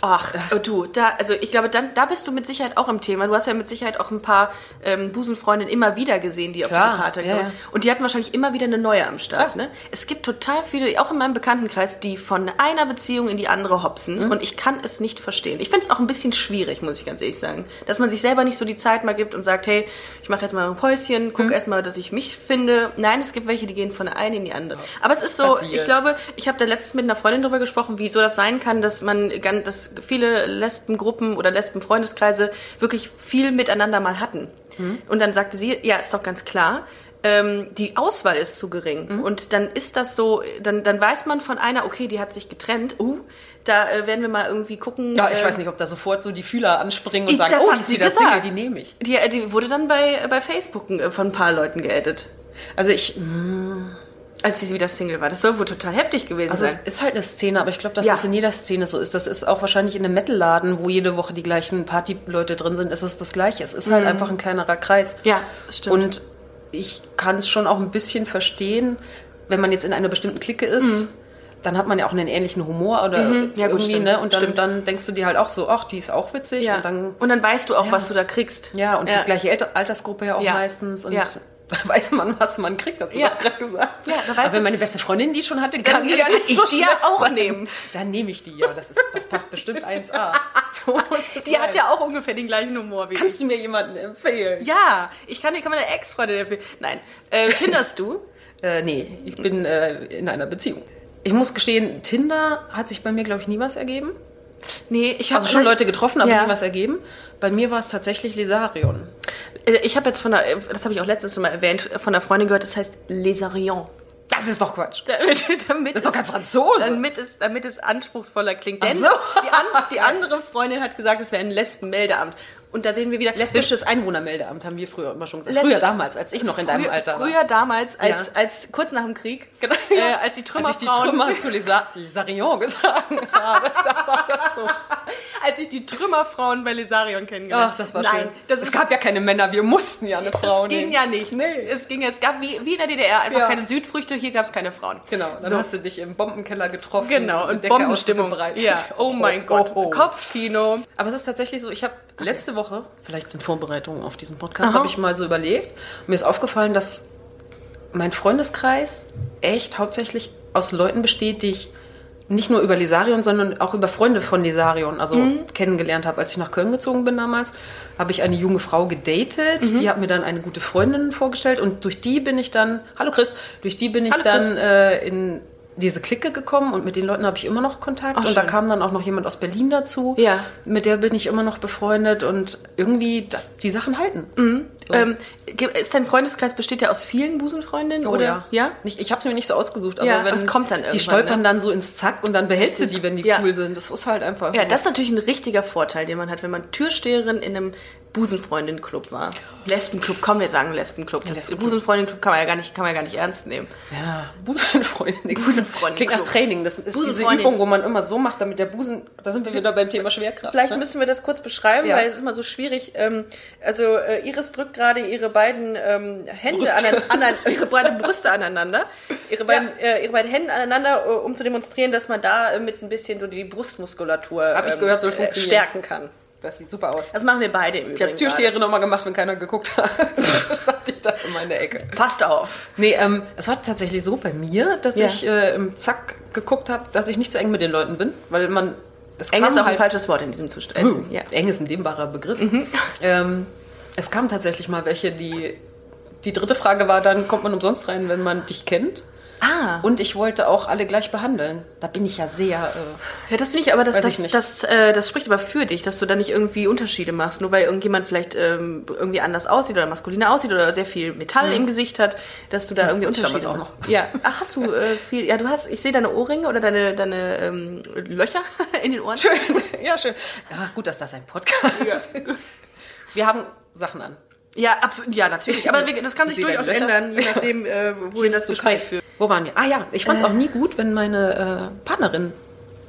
[SPEAKER 1] Ach, oh du, da, also ich glaube, dann, da bist du mit Sicherheit auch im Thema. Du hast ja mit Sicherheit auch ein paar ähm, Busenfreundinnen immer wieder gesehen, die auf
[SPEAKER 2] Klar,
[SPEAKER 1] diese Party
[SPEAKER 2] ja,
[SPEAKER 1] kommen.
[SPEAKER 2] ja.
[SPEAKER 1] Und die hatten wahrscheinlich immer wieder eine neue am Start. Ne? Es gibt total viele, auch in meinem Bekanntenkreis, die von einer Beziehung in die andere hopsen.
[SPEAKER 2] Mhm.
[SPEAKER 1] Und ich kann es nicht verstehen. Ich finde es auch ein bisschen schwierig, muss ich ganz ehrlich sagen. Dass man sich selber nicht so die Zeit mal gibt und sagt, hey, ich mache jetzt mal ein Päuschen,
[SPEAKER 2] Mhm.
[SPEAKER 1] guck erst mal, dass ich mich finde. Nein, es gibt welche, die gehen von der einen in die andere. Aber es ist so,
[SPEAKER 2] Passiert.
[SPEAKER 1] ich glaube, glaube, ich habe da letztens mit einer Freundin drüber gesprochen, wieso das sein kann, dass man gan- dass viele Lesbengruppen oder Lesbenfreundeskreise wirklich viel miteinander mal hatten.
[SPEAKER 2] Mhm.
[SPEAKER 1] Und dann sagte sie, ja, ist doch ganz klar. Ähm, die Auswahl ist zu gering.
[SPEAKER 2] Mhm.
[SPEAKER 1] Und dann ist das so, dann, dann weiß man von einer, okay, die hat sich getrennt, uh, da äh, werden wir mal irgendwie gucken.
[SPEAKER 2] Ja, ich
[SPEAKER 1] äh,
[SPEAKER 2] weiß nicht, ob da sofort so die Fühler anspringen und
[SPEAKER 1] Ich-
[SPEAKER 2] sagen,
[SPEAKER 1] das
[SPEAKER 2] oh,
[SPEAKER 1] hat
[SPEAKER 2] die ist
[SPEAKER 1] sie
[SPEAKER 2] wieder
[SPEAKER 1] gesagt.
[SPEAKER 2] Single, die nehme ich.
[SPEAKER 1] Die, äh, die wurde dann bei, äh, bei Facebook äh, von ein paar Leuten geaddet,
[SPEAKER 2] Also ich,
[SPEAKER 1] Mhm. als sie wieder Single war. Das soll wohl total heftig gewesen
[SPEAKER 2] also es
[SPEAKER 1] sein.
[SPEAKER 2] ist halt eine Szene, aber ich glaube, dass
[SPEAKER 1] Ja.
[SPEAKER 2] das in jeder Szene so ist. Das ist auch wahrscheinlich in einem Metal-Laden, wo jede Woche die gleichen Partyleute drin sind, ist es das Gleiche. Es ist halt einfach ein kleinerer Kreis.
[SPEAKER 1] Mhm. Ja, das stimmt.
[SPEAKER 2] Und ich kann es schon auch ein bisschen verstehen, wenn man jetzt in einer bestimmten Clique ist, dann hat man ja auch einen ähnlichen Humor oder
[SPEAKER 1] Mhm. Ja, gut,
[SPEAKER 2] irgendwie,
[SPEAKER 1] stimmt.
[SPEAKER 2] ne? Und dann,
[SPEAKER 1] Stimmt.
[SPEAKER 2] dann denkst du dir halt auch so, ach, die ist auch witzig
[SPEAKER 1] ja.
[SPEAKER 2] und dann
[SPEAKER 1] weißt du auch, was du da kriegst.
[SPEAKER 2] Ja, und die gleiche Alter- Altersgruppe ja auch
[SPEAKER 1] Ja.
[SPEAKER 2] meistens. Und
[SPEAKER 1] Ja.
[SPEAKER 2] da weiß man, was man kriegt, hast du
[SPEAKER 1] Ja.
[SPEAKER 2] das gerade gesagt.
[SPEAKER 1] Ja, da weißt
[SPEAKER 2] Aber
[SPEAKER 1] du-
[SPEAKER 2] wenn meine beste Freundin die schon hatte,
[SPEAKER 1] Dann,
[SPEAKER 2] kann,
[SPEAKER 1] dann kann ich
[SPEAKER 2] so
[SPEAKER 1] die ja
[SPEAKER 2] schlecht
[SPEAKER 1] auch
[SPEAKER 2] sein.
[SPEAKER 1] nehmen.
[SPEAKER 2] Dann nehme ich die, ja. Das, ist, das passt bestimmt 1A. So muss es
[SPEAKER 1] Die
[SPEAKER 2] sein.
[SPEAKER 1] hat ja auch ungefähr den gleichen Humor wie ich.
[SPEAKER 2] Kannst du mir jemanden empfehlen?
[SPEAKER 1] Ja, ich kann, ich kann meine Ex-Freundin empfehlen. Nein, äh, Tinderst du?
[SPEAKER 2] Äh, nee, ich bin äh, in einer Beziehung. Ich muss gestehen, Tinder hat sich bei mir, glaube ich, nie was ergeben.
[SPEAKER 1] Nee, ich habe
[SPEAKER 2] Also schon Leute getroffen, aber
[SPEAKER 1] Ja.
[SPEAKER 2] nie was ergeben. Bei mir war es tatsächlich Lesarion.
[SPEAKER 1] Äh, Ich habe jetzt von der, das habe ich auch letztes Mal erwähnt, von der Freundin gehört, das heißt Les Arions.
[SPEAKER 2] Das ist doch Quatsch.
[SPEAKER 1] Damit, damit
[SPEAKER 2] Das ist doch kein
[SPEAKER 1] es-
[SPEAKER 2] Franzose.
[SPEAKER 1] Damit es, damit es anspruchsvoller klingt. Denn
[SPEAKER 2] Ach
[SPEAKER 1] die, an, die andere Freundin hat gesagt, es wäre ein Lesbenmeldeamt. Und da sehen wir wieder...
[SPEAKER 2] Lesbisches Einwohnermeldeamt haben wir früher immer schon gesagt.
[SPEAKER 1] Lesb-
[SPEAKER 2] früher damals, als ich noch in deinem
[SPEAKER 1] früher,
[SPEAKER 2] Alter war.
[SPEAKER 1] Früher damals, als,
[SPEAKER 2] Ja.
[SPEAKER 1] als kurz nach dem Krieg,
[SPEAKER 2] Genau,
[SPEAKER 1] äh, als die
[SPEAKER 2] Als ich die
[SPEAKER 1] Trümmerfrauen...
[SPEAKER 2] Trümmer zu Lesa Lesarion getragen habe, da war das so.
[SPEAKER 1] als ich die Trümmerfrauen bei Lesarion kennengelernt
[SPEAKER 2] Ach, das war
[SPEAKER 1] Nein,
[SPEAKER 2] schön.
[SPEAKER 1] Das
[SPEAKER 2] es
[SPEAKER 1] ist,
[SPEAKER 2] gab ja keine Männer, wir mussten ja eine Frau
[SPEAKER 1] es ging
[SPEAKER 2] nehmen.
[SPEAKER 1] ja nichts. Es ging ja, es gab wie, wie in der DDR einfach
[SPEAKER 2] Ja.
[SPEAKER 1] keine Südfrüchte, hier gab es keine Frauen.
[SPEAKER 2] Genau, dann
[SPEAKER 1] So.
[SPEAKER 2] hast du dich im Bombenkeller getroffen.
[SPEAKER 1] Genau,
[SPEAKER 2] die
[SPEAKER 1] und
[SPEAKER 2] Decke
[SPEAKER 1] Bombenstimmung.
[SPEAKER 2] ausgebreitet.
[SPEAKER 1] Ja. Oh mein Gott,
[SPEAKER 2] oh.
[SPEAKER 1] Kopfkino.
[SPEAKER 2] Aber es ist tatsächlich so, ich habe letzte Woche, vielleicht in Vorbereitung auf diesen Podcast,
[SPEAKER 1] Aha.
[SPEAKER 2] habe ich mal so überlegt. Mir ist aufgefallen, dass mein Freundeskreis echt hauptsächlich aus Leuten besteht, die ich nicht nur über Lesarion, sondern auch über Freunde von Lesarion also
[SPEAKER 1] Mhm.
[SPEAKER 2] kennengelernt habe. Als ich nach Köln gezogen bin damals, habe ich eine junge Frau gedatet,
[SPEAKER 1] Mhm.
[SPEAKER 2] die hat mir dann eine gute Freundin vorgestellt und durch die bin ich dann, hallo Chris, durch die bin ich
[SPEAKER 1] Hallo Chris.
[SPEAKER 2] dann äh, in diese Clique gekommen und mit den Leuten habe ich immer noch Kontakt
[SPEAKER 1] Ach,
[SPEAKER 2] und da
[SPEAKER 1] schön.
[SPEAKER 2] kam dann auch noch jemand aus Berlin dazu,
[SPEAKER 1] Ja.
[SPEAKER 2] mit der bin ich immer noch befreundet und irgendwie das, die Sachen halten. So.
[SPEAKER 1] Ähm, ge- ist dein Freundeskreis besteht ja aus vielen Busenfreundinnen?
[SPEAKER 2] Oh
[SPEAKER 1] oder?
[SPEAKER 2] ja.
[SPEAKER 1] ja?
[SPEAKER 2] Nicht, ich habe es mir nicht so ausgesucht, aber
[SPEAKER 1] Ja,
[SPEAKER 2] wenn
[SPEAKER 1] es kommt dann
[SPEAKER 2] die
[SPEAKER 1] irgendwann,
[SPEAKER 2] stolpern
[SPEAKER 1] ne?
[SPEAKER 2] dann so ins Zack und dann behältst du die, wenn die
[SPEAKER 1] Ja.
[SPEAKER 2] cool sind. Das ist halt einfach.
[SPEAKER 1] Ja, das ist natürlich ein richtiger Vorteil, den man hat, wenn man Türsteherin in einem Busenfreundin-Club war. Lesbenclub, komm, wir sagen Lesbenclub. Das
[SPEAKER 2] Lesbenclub.
[SPEAKER 1] Busenfreundin-Club kann man ja gar nicht, kann man ja gar nicht ernst nehmen.
[SPEAKER 2] ja Busenfreundin.
[SPEAKER 1] Busenfreundin.
[SPEAKER 2] Klingt nach Training. Das ist diese
[SPEAKER 1] Busenfreundin.
[SPEAKER 2] Übung, wo man immer so macht, damit der Busen. Da sind wir wieder beim Thema Schwerkraft.
[SPEAKER 1] Vielleicht
[SPEAKER 2] ne?
[SPEAKER 1] müssen wir das kurz beschreiben,
[SPEAKER 2] Ja.
[SPEAKER 1] weil es ist immer so schwierig. Ähm, also äh, Iris drückt gerade ihre beiden ähm, Hände
[SPEAKER 2] Brüste.
[SPEAKER 1] aneinander, ihre beiden Brüste aneinander, ihre beiden, äh, ihre beiden Hände aneinander, äh, um zu demonstrieren, dass man da äh, mit ein bisschen so die Brustmuskulatur
[SPEAKER 2] Hab ich gehört, soll
[SPEAKER 1] äh,
[SPEAKER 2] funktionieren.
[SPEAKER 1] stärken kann.
[SPEAKER 2] Das sieht super aus.
[SPEAKER 1] Das machen wir beide im Übrigen.
[SPEAKER 2] Ich habe Türsteherin nochmal gemacht, wenn keiner geguckt hat. Stand ich da immer in der Ecke.
[SPEAKER 1] gerade. Passt auf.
[SPEAKER 2] Nee, ähm, es war tatsächlich so bei mir, dass
[SPEAKER 1] Ja.
[SPEAKER 2] ich äh, im Zack geguckt habe, dass ich nicht so eng mit den Leuten bin, weil man. Es
[SPEAKER 1] Eng
[SPEAKER 2] kam
[SPEAKER 1] ist auch ein
[SPEAKER 2] halt,
[SPEAKER 1] falsches Wort in diesem Zustand.
[SPEAKER 2] Puh,
[SPEAKER 1] Ja. Mhm.
[SPEAKER 2] Eng ist ein dehnbarer Begriff. Ähm, es kam tatsächlich mal welche, die. Die dritte Frage war dann, kommt man umsonst rein, wenn man dich kennt?
[SPEAKER 1] Ah.
[SPEAKER 2] Und ich wollte auch alle gleich behandeln. Da bin ich ja sehr. Äh,
[SPEAKER 1] Ja, das finde ich aber, das,
[SPEAKER 2] Weiß ich
[SPEAKER 1] das,
[SPEAKER 2] nicht.
[SPEAKER 1] das, äh, das spricht aber für dich, dass du da nicht irgendwie Unterschiede machst. Nur weil irgendjemand vielleicht ähm, irgendwie anders aussieht oder maskuliner aussieht oder sehr viel Metall
[SPEAKER 2] Mhm.
[SPEAKER 1] im Gesicht hat, dass du da irgendwie
[SPEAKER 2] ich
[SPEAKER 1] Unterschiede
[SPEAKER 2] damals auch
[SPEAKER 1] machst. Ja. Ach, hast du äh, viel. Ja, du hast, ich sehe deine Ohrringe oder deine, deine ähm, Löcher in den Ohren. Schön.
[SPEAKER 2] ja, schön. Ja, gut, dass das ein Podcast ist. Wir haben Sachen an.
[SPEAKER 1] Ja, absolut. Ja, natürlich. Aber wir- das kann
[SPEAKER 2] Ich
[SPEAKER 1] sich
[SPEAKER 2] sehe
[SPEAKER 1] durchaus
[SPEAKER 2] deine Löcher.
[SPEAKER 1] ändern, je nachdem, äh, wohin das
[SPEAKER 2] Ist so
[SPEAKER 1] Gespräch
[SPEAKER 2] kalt.
[SPEAKER 1] führt.
[SPEAKER 2] Wo waren wir? Ah ja, ich
[SPEAKER 1] Äh.
[SPEAKER 2] fand es auch nie gut, wenn meine äh, Partnerin,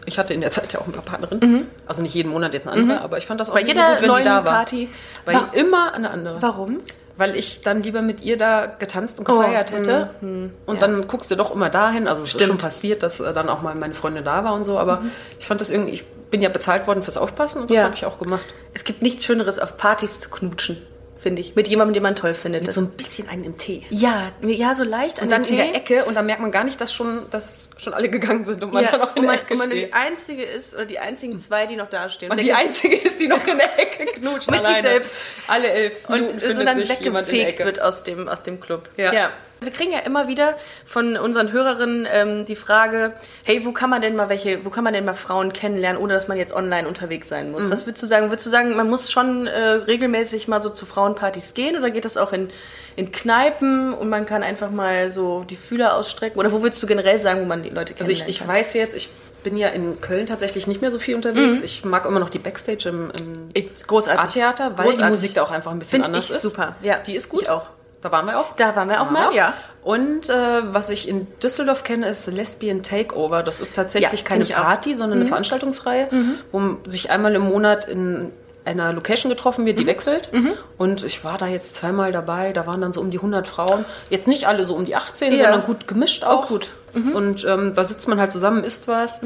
[SPEAKER 2] ich hatte in der Zeit ja auch ein paar Partnerinnen, also nicht jeden Monat jetzt eine andere, aber ich fand das auch
[SPEAKER 1] Mhm. Bei
[SPEAKER 2] nie so
[SPEAKER 1] jeder
[SPEAKER 2] gut, wenn die
[SPEAKER 1] neuen
[SPEAKER 2] da war.
[SPEAKER 1] Party.
[SPEAKER 2] Weil
[SPEAKER 1] Wa-
[SPEAKER 2] immer eine andere.
[SPEAKER 1] Warum?
[SPEAKER 2] Weil ich dann lieber mit ihr da getanzt und gefeiert
[SPEAKER 1] Oh,
[SPEAKER 2] hätte. Und dann guckst du doch immer dahin. Also es ist schon
[SPEAKER 1] Stimmt. Mhm.
[SPEAKER 2] passiert, dass äh, dann auch mal meine Freundin da war und so. Aber ich fand das irgendwie, ich bin ja bezahlt worden fürs Aufpassen und das
[SPEAKER 1] Ja.
[SPEAKER 2] habe ich auch gemacht.
[SPEAKER 1] Es gibt nichts Schöneres, auf Partys zu knutschen, finde ich. Mit jemandem, den man toll findet. Das-
[SPEAKER 2] so ein bisschen einen im Tee.
[SPEAKER 1] ja, ja, so leicht an
[SPEAKER 2] Und dann
[SPEAKER 1] den
[SPEAKER 2] in der
[SPEAKER 1] Tee.
[SPEAKER 2] Ecke und dann merkt man gar nicht, dass schon, dass schon alle gegangen sind und man
[SPEAKER 1] Ja,
[SPEAKER 2] dann auch in
[SPEAKER 1] und man,
[SPEAKER 2] der Ecke
[SPEAKER 1] und man
[SPEAKER 2] steht. Mhm.
[SPEAKER 1] die einzige ist oder die einzigen zwei, die noch dastehen.
[SPEAKER 2] Und
[SPEAKER 1] Wegge-
[SPEAKER 2] die einzige ist, die noch in der Ecke knutscht.
[SPEAKER 1] Mit sich
[SPEAKER 2] alleine.
[SPEAKER 1] selbst.
[SPEAKER 2] Alle elf Minuten
[SPEAKER 1] und
[SPEAKER 2] findet
[SPEAKER 1] so dann
[SPEAKER 2] sich jemand in der
[SPEAKER 1] weggefegt
[SPEAKER 2] Ecke.
[SPEAKER 1] wird aus dem, aus dem Club.
[SPEAKER 2] Ja.
[SPEAKER 1] Wir kriegen ja immer wieder von unseren Hörerinnen ähm, die Frage, hey, wo kann man denn mal welche, wo kann man denn mal Frauen kennenlernen, ohne dass man jetzt online unterwegs sein
[SPEAKER 2] Mhm.
[SPEAKER 1] muss? Was würdest du sagen? Würdest du sagen, man muss schon äh, regelmäßig mal so zu Frauenpartys gehen oder geht das auch in, in Kneipen und man kann einfach mal so die Fühler ausstrecken? Oder wo würdest du generell sagen, wo man die Leute
[SPEAKER 2] Also ich,
[SPEAKER 1] kennenlernen
[SPEAKER 2] ich
[SPEAKER 1] kann?
[SPEAKER 2] weiß jetzt, ich bin ja in Köln tatsächlich nicht mehr so viel unterwegs. Ich mag immer noch die Backstage im, im
[SPEAKER 1] Ist Mhm. großartig.
[SPEAKER 2] A-Theater, weil die
[SPEAKER 1] Großartig.
[SPEAKER 2] Musik da auch einfach ein bisschen
[SPEAKER 1] Find
[SPEAKER 2] anders
[SPEAKER 1] ich
[SPEAKER 2] ist.
[SPEAKER 1] super. Ja,
[SPEAKER 2] Die ist gut.
[SPEAKER 1] ich auch.
[SPEAKER 2] Da waren wir auch. Genau.
[SPEAKER 1] Da waren wir auch mal, ja.
[SPEAKER 2] Und äh, was ich in Düsseldorf kenne, ist Lesbian Takeover. Das ist tatsächlich
[SPEAKER 1] Ja,
[SPEAKER 2] keine
[SPEAKER 1] kenn ich auch.
[SPEAKER 2] Party, sondern
[SPEAKER 1] Mhm.
[SPEAKER 2] eine Veranstaltungsreihe, wo man sich einmal im Monat in einer Location getroffen
[SPEAKER 1] Mhm.
[SPEAKER 2] wird, die wechselt. Und ich war da jetzt zweimal dabei. Da waren dann so um die 100 Frauen. Jetzt nicht alle so um die 18,
[SPEAKER 1] Ja.
[SPEAKER 2] sondern gut gemischt auch.
[SPEAKER 1] Oh, gut. Mhm.
[SPEAKER 2] Und ähm, da sitzt man halt zusammen, isst was.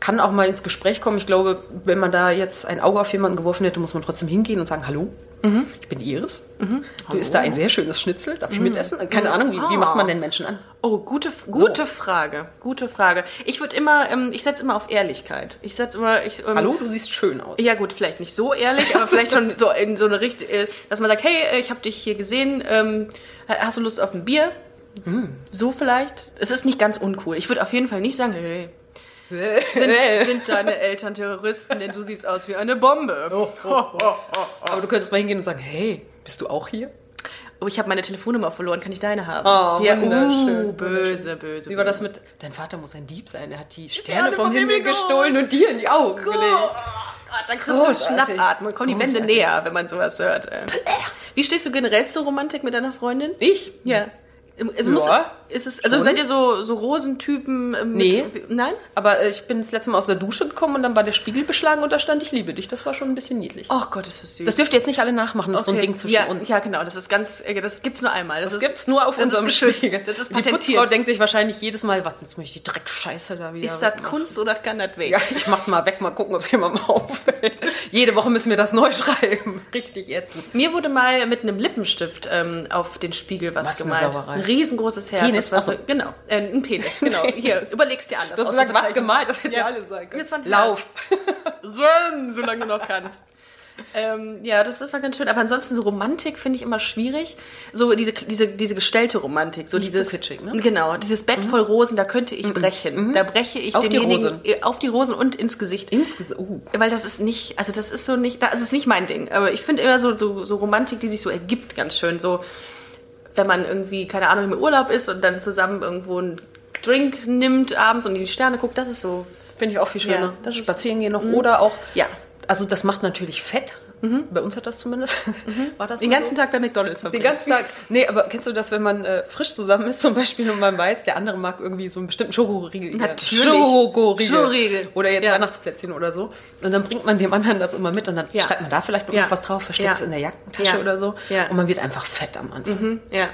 [SPEAKER 2] Kann auch mal ins Gespräch kommen. Ich glaube, wenn man da jetzt ein Auge auf jemanden geworfen hätte, muss man trotzdem hingehen und sagen, hallo,
[SPEAKER 1] Mhm.
[SPEAKER 2] ich bin die Iris. Du isst da ein sehr schönes Schnitzel. Darf ich mitessen? Keine
[SPEAKER 1] Mhm.
[SPEAKER 2] Ahnung, wie, wie macht man denn Menschen an?
[SPEAKER 1] Oh, gute, gute Frage, gute Frage. Ich würde immer, ähm, ich setze immer auf Ehrlichkeit. Ich setze immer, ich, ähm,
[SPEAKER 2] Hallo, du siehst schön aus.
[SPEAKER 1] Ja gut, vielleicht nicht so ehrlich, aber vielleicht schon so in so eine Richtung, äh, dass man sagt, hey, äh, ich habe dich hier gesehen, ähm, hast du Lust auf ein Bier? So vielleicht. Es ist nicht ganz uncool. Ich würde auf jeden Fall nicht sagen, hey, sind, sind deine Eltern Terroristen, denn du siehst aus wie eine Bombe.
[SPEAKER 2] Aber du könntest mal hingehen und sagen, hey, bist du auch hier?
[SPEAKER 1] Oh, ich habe meine Telefonnummer verloren, kann ich deine haben?
[SPEAKER 2] Oh,
[SPEAKER 1] ja,
[SPEAKER 2] wunderschön,
[SPEAKER 1] uh, böse, böse.
[SPEAKER 2] Wie war das mit, dein Vater muss ein Dieb sein, er hat die Sterne
[SPEAKER 1] Sterne
[SPEAKER 2] vom,
[SPEAKER 1] vom
[SPEAKER 2] Himmel
[SPEAKER 1] Himmel
[SPEAKER 2] gestohlen und dir in die Augen gelegt.
[SPEAKER 1] Oh, Gott, dann kriegst du
[SPEAKER 2] Großartig.
[SPEAKER 1] Schnappatmen. Kommen die Wände
[SPEAKER 2] Großartig. äh.
[SPEAKER 1] näher, wenn man sowas hört. ey. Wie stehst du generell zur Romantik mit deiner Freundin?
[SPEAKER 2] Ich?
[SPEAKER 1] Ja. Ähm, äh, Muss,
[SPEAKER 2] Ja,
[SPEAKER 1] ist es, also
[SPEAKER 2] schon.
[SPEAKER 1] seid ihr so, so Rosentypen? ähm,
[SPEAKER 2] Nee.
[SPEAKER 1] Mit, nein?
[SPEAKER 2] Aber äh, ich bin das letzte Mal aus der Dusche gekommen und dann war der Spiegel beschlagen und da stand ich liebe dich. Das war schon ein bisschen niedlich.
[SPEAKER 1] Oh Gott, ist das süß.
[SPEAKER 2] Das dürft ihr jetzt nicht alle nachmachen, das ist so ein
[SPEAKER 1] Okay.
[SPEAKER 2] Ding zwischen
[SPEAKER 1] ja,
[SPEAKER 2] uns.
[SPEAKER 1] Ja, genau. Das ist ganz, äh, das gibt's nur einmal. Das,
[SPEAKER 2] Das
[SPEAKER 1] ist-
[SPEAKER 2] gibt's nur auf
[SPEAKER 1] das
[SPEAKER 2] unserem
[SPEAKER 1] ist geschützt.
[SPEAKER 2] Spiegel.
[SPEAKER 1] Das ist
[SPEAKER 2] Die Putzfrau
[SPEAKER 1] patentiert.
[SPEAKER 2] denkt sich wahrscheinlich jedes Mal, was jetzt muss ich die Dreckscheiße da wieder
[SPEAKER 1] Ist das
[SPEAKER 2] wegmachen.
[SPEAKER 1] Kunst oder kann das weg?
[SPEAKER 2] Ja, ich mach's mal weg, mal gucken, ob es jemandem auffällt. Jede Woche müssen wir das neu schreiben. Richtig ätzend.
[SPEAKER 1] Mir wurde mal mit einem Lippenstift ähm, auf den Spiegel was,
[SPEAKER 2] Was eine
[SPEAKER 1] gemalt.
[SPEAKER 2] Sauerei.
[SPEAKER 1] Ein riesengroßes Herz.
[SPEAKER 2] Penis,
[SPEAKER 1] das war so,
[SPEAKER 2] ach so.
[SPEAKER 1] genau. Äh, ein Penis, genau. Hier, überlegst dir anders.
[SPEAKER 2] Du hast gesagt, was gemalt, das hätte ja alles sein können.
[SPEAKER 1] Das war ein
[SPEAKER 2] Lauf.
[SPEAKER 1] Renn, solange du noch kannst. Ähm, ja, das, das war ganz schön. Aber ansonsten, so Romantik finde ich immer schwierig. So diese, diese, diese gestellte Romantik. So
[SPEAKER 2] Nicht
[SPEAKER 1] dieses,
[SPEAKER 2] zu kitschig, ne?
[SPEAKER 1] Genau, dieses Bett voll Rosen, da könnte ich brechen. Da breche ich
[SPEAKER 2] Auf die
[SPEAKER 1] denjenigen
[SPEAKER 2] Rosen.
[SPEAKER 1] äh, Mhm. auf die Rosen und ins Gesicht.
[SPEAKER 2] Insgesamt. Uh.
[SPEAKER 1] Weil das ist nicht, also das ist so nicht, das ist nicht mein Ding. Aber ich finde immer so, so, so Romantik, die sich so ergibt, ganz schön. So, wenn man irgendwie, keine Ahnung, im Urlaub ist und dann zusammen irgendwo einen Drink nimmt abends und in die Sterne guckt, das ist so.
[SPEAKER 2] Finde ich auch viel schöner.
[SPEAKER 1] Ja, das ist- Mhm.
[SPEAKER 2] Spazieren gehen noch. Oder auch.
[SPEAKER 1] Ja. Mhm.
[SPEAKER 2] Also, das macht natürlich fett. Bei uns hat das zumindest. War das
[SPEAKER 1] Den
[SPEAKER 2] mal
[SPEAKER 1] ganzen Tag bei McDonalds verbringen.
[SPEAKER 2] Den ganzen Tag. Nee, aber kennst du das, wenn man äh, frisch zusammen ist zum Beispiel und man weiß, der andere mag irgendwie so einen bestimmten Schokoriegel.
[SPEAKER 1] Natürlich.
[SPEAKER 2] Schokoriegel.
[SPEAKER 1] Schokoriegel.
[SPEAKER 2] Oder jetzt
[SPEAKER 1] Ja.
[SPEAKER 2] Weihnachtsplätzchen oder so. Und dann bringt man dem anderen das immer mit und dann
[SPEAKER 1] Ja.
[SPEAKER 2] schreibt man da vielleicht noch
[SPEAKER 1] Ja.
[SPEAKER 2] was drauf, versteckt es
[SPEAKER 1] Ja.
[SPEAKER 2] in der Jackentasche
[SPEAKER 1] Ja.
[SPEAKER 2] oder so.
[SPEAKER 1] Ja. Mhm.
[SPEAKER 2] Und man wird einfach fett am Anfang.
[SPEAKER 1] Ja.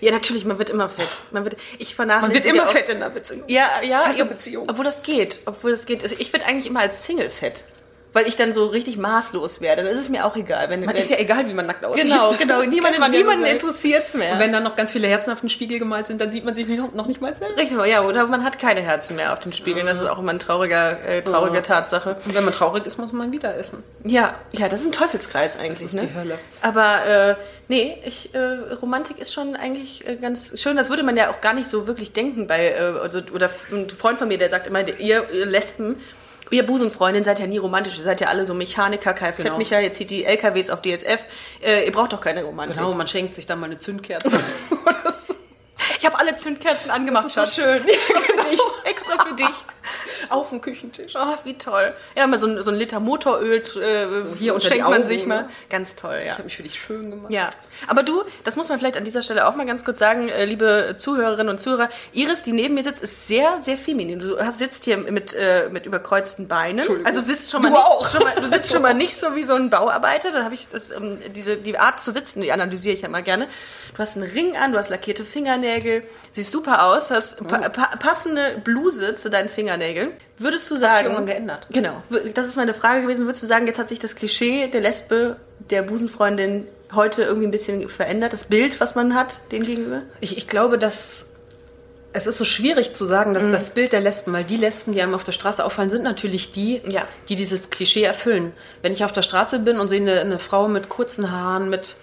[SPEAKER 1] Ja, natürlich, man wird immer fett. Man wird, ich
[SPEAKER 2] Man wird
[SPEAKER 1] vernachlässige
[SPEAKER 2] immer
[SPEAKER 1] auch-
[SPEAKER 2] fett in einer Beziehung.
[SPEAKER 1] Ja, ja.
[SPEAKER 2] Ich hasse
[SPEAKER 1] eben,
[SPEAKER 2] Beziehungen.
[SPEAKER 1] Obwohl das geht. Obwohl das geht. Also ich werde eigentlich immer als Single fett. Weil ich dann so richtig maßlos werde. Dann ist es mir auch egal. Wenn,
[SPEAKER 2] Man
[SPEAKER 1] wenn,
[SPEAKER 2] ist ja egal, wie man nackt aussieht.
[SPEAKER 1] Genau, genau. Niemanden,
[SPEAKER 2] Kennt man ja
[SPEAKER 1] niemanden
[SPEAKER 2] nur selbst.
[SPEAKER 1] interessiert's mehr.
[SPEAKER 2] Und wenn dann noch ganz viele Herzen auf den Spiegel gemalt sind, dann sieht man sich noch, noch nicht mal selbst.
[SPEAKER 1] Richtig, ja, oder man hat keine Herzen mehr auf den Spiegeln. Das ist auch immer eine traurige, äh, traurige Tatsache.
[SPEAKER 2] Und wenn man traurig ist, muss man wieder essen.
[SPEAKER 1] Ja, ja, das ist ein Teufelskreis eigentlich,
[SPEAKER 2] ist
[SPEAKER 1] ne?
[SPEAKER 2] die Hölle.
[SPEAKER 1] Aber äh, nee, ich, äh, Romantik ist schon eigentlich äh, ganz schön. Das würde man ja auch gar nicht so wirklich denken bei, äh, also, oder ein Freund von mir, der sagt immer, der- ihr, ihr Lesben, ihr Busenfreundin seid ja nie romantisch, ihr seid ja alle so Mechaniker,
[SPEAKER 2] Genau.
[SPEAKER 1] Kfz-Mechaniker, jetzt zieht die LKWs auf DSF, äh, ihr braucht doch keine Romantik.
[SPEAKER 2] Genau, man schenkt sich dann mal eine Zündkerze.
[SPEAKER 1] Oder so. Ich habe alle Zündkerzen angemacht,
[SPEAKER 2] Das ist so
[SPEAKER 1] Schatz.
[SPEAKER 2] schön.
[SPEAKER 1] Extra für dich, extra für dich.
[SPEAKER 2] auf dem Küchentisch.
[SPEAKER 1] Oh, wie toll. Ja, mal so ein, so ein Liter Motoröl äh,
[SPEAKER 2] hier unter die
[SPEAKER 1] schenkt man
[SPEAKER 2] Augen,
[SPEAKER 1] sich mal.
[SPEAKER 2] ne?
[SPEAKER 1] Ganz toll, ja.
[SPEAKER 2] Ich habe mich für dich schön gemacht.
[SPEAKER 1] Ja, aber du, das muss man vielleicht an dieser Stelle auch mal ganz kurz sagen, äh, liebe Zuhörerinnen und Zuhörer, Iris, die neben mir sitzt, ist sehr, sehr feminin. Du hast, sitzt hier mit, äh, mit überkreuzten Beinen.
[SPEAKER 2] Entschuldigung.
[SPEAKER 1] Also sitzt schon mal,
[SPEAKER 2] Du
[SPEAKER 1] nicht,
[SPEAKER 2] auch.
[SPEAKER 1] Schon mal du sitzt schon mal nicht so wie so ein Bauarbeiter. Da habe ich das, ähm, diese die Art zu sitzen, die analysiere ich ja mal gerne. Du hast einen Ring an, du hast lackierte Fingernägel, siehst super aus, hast
[SPEAKER 2] Mhm.
[SPEAKER 1] pa pa passende Bluse zu deinen Fingernägeln. Würdest du sagen,
[SPEAKER 2] irgendwann geändert.
[SPEAKER 1] Genau. W- Das ist meine Frage gewesen. Würdest du sagen, jetzt hat sich das Klischee der Lesbe, der Busenfreundin heute irgendwie ein bisschen verändert? Das Bild, was man hat, den gegenüber?
[SPEAKER 2] Ich, ich glaube, dass es ist so schwierig zu sagen, dass das Bild der Lesben, weil die Lesben, die einem auf der Straße auffallen, sind natürlich die,
[SPEAKER 1] Ja.
[SPEAKER 2] die dieses Klischee erfüllen. Wenn ich auf der Straße bin und sehe eine, eine Frau mit kurzen Haaren, mit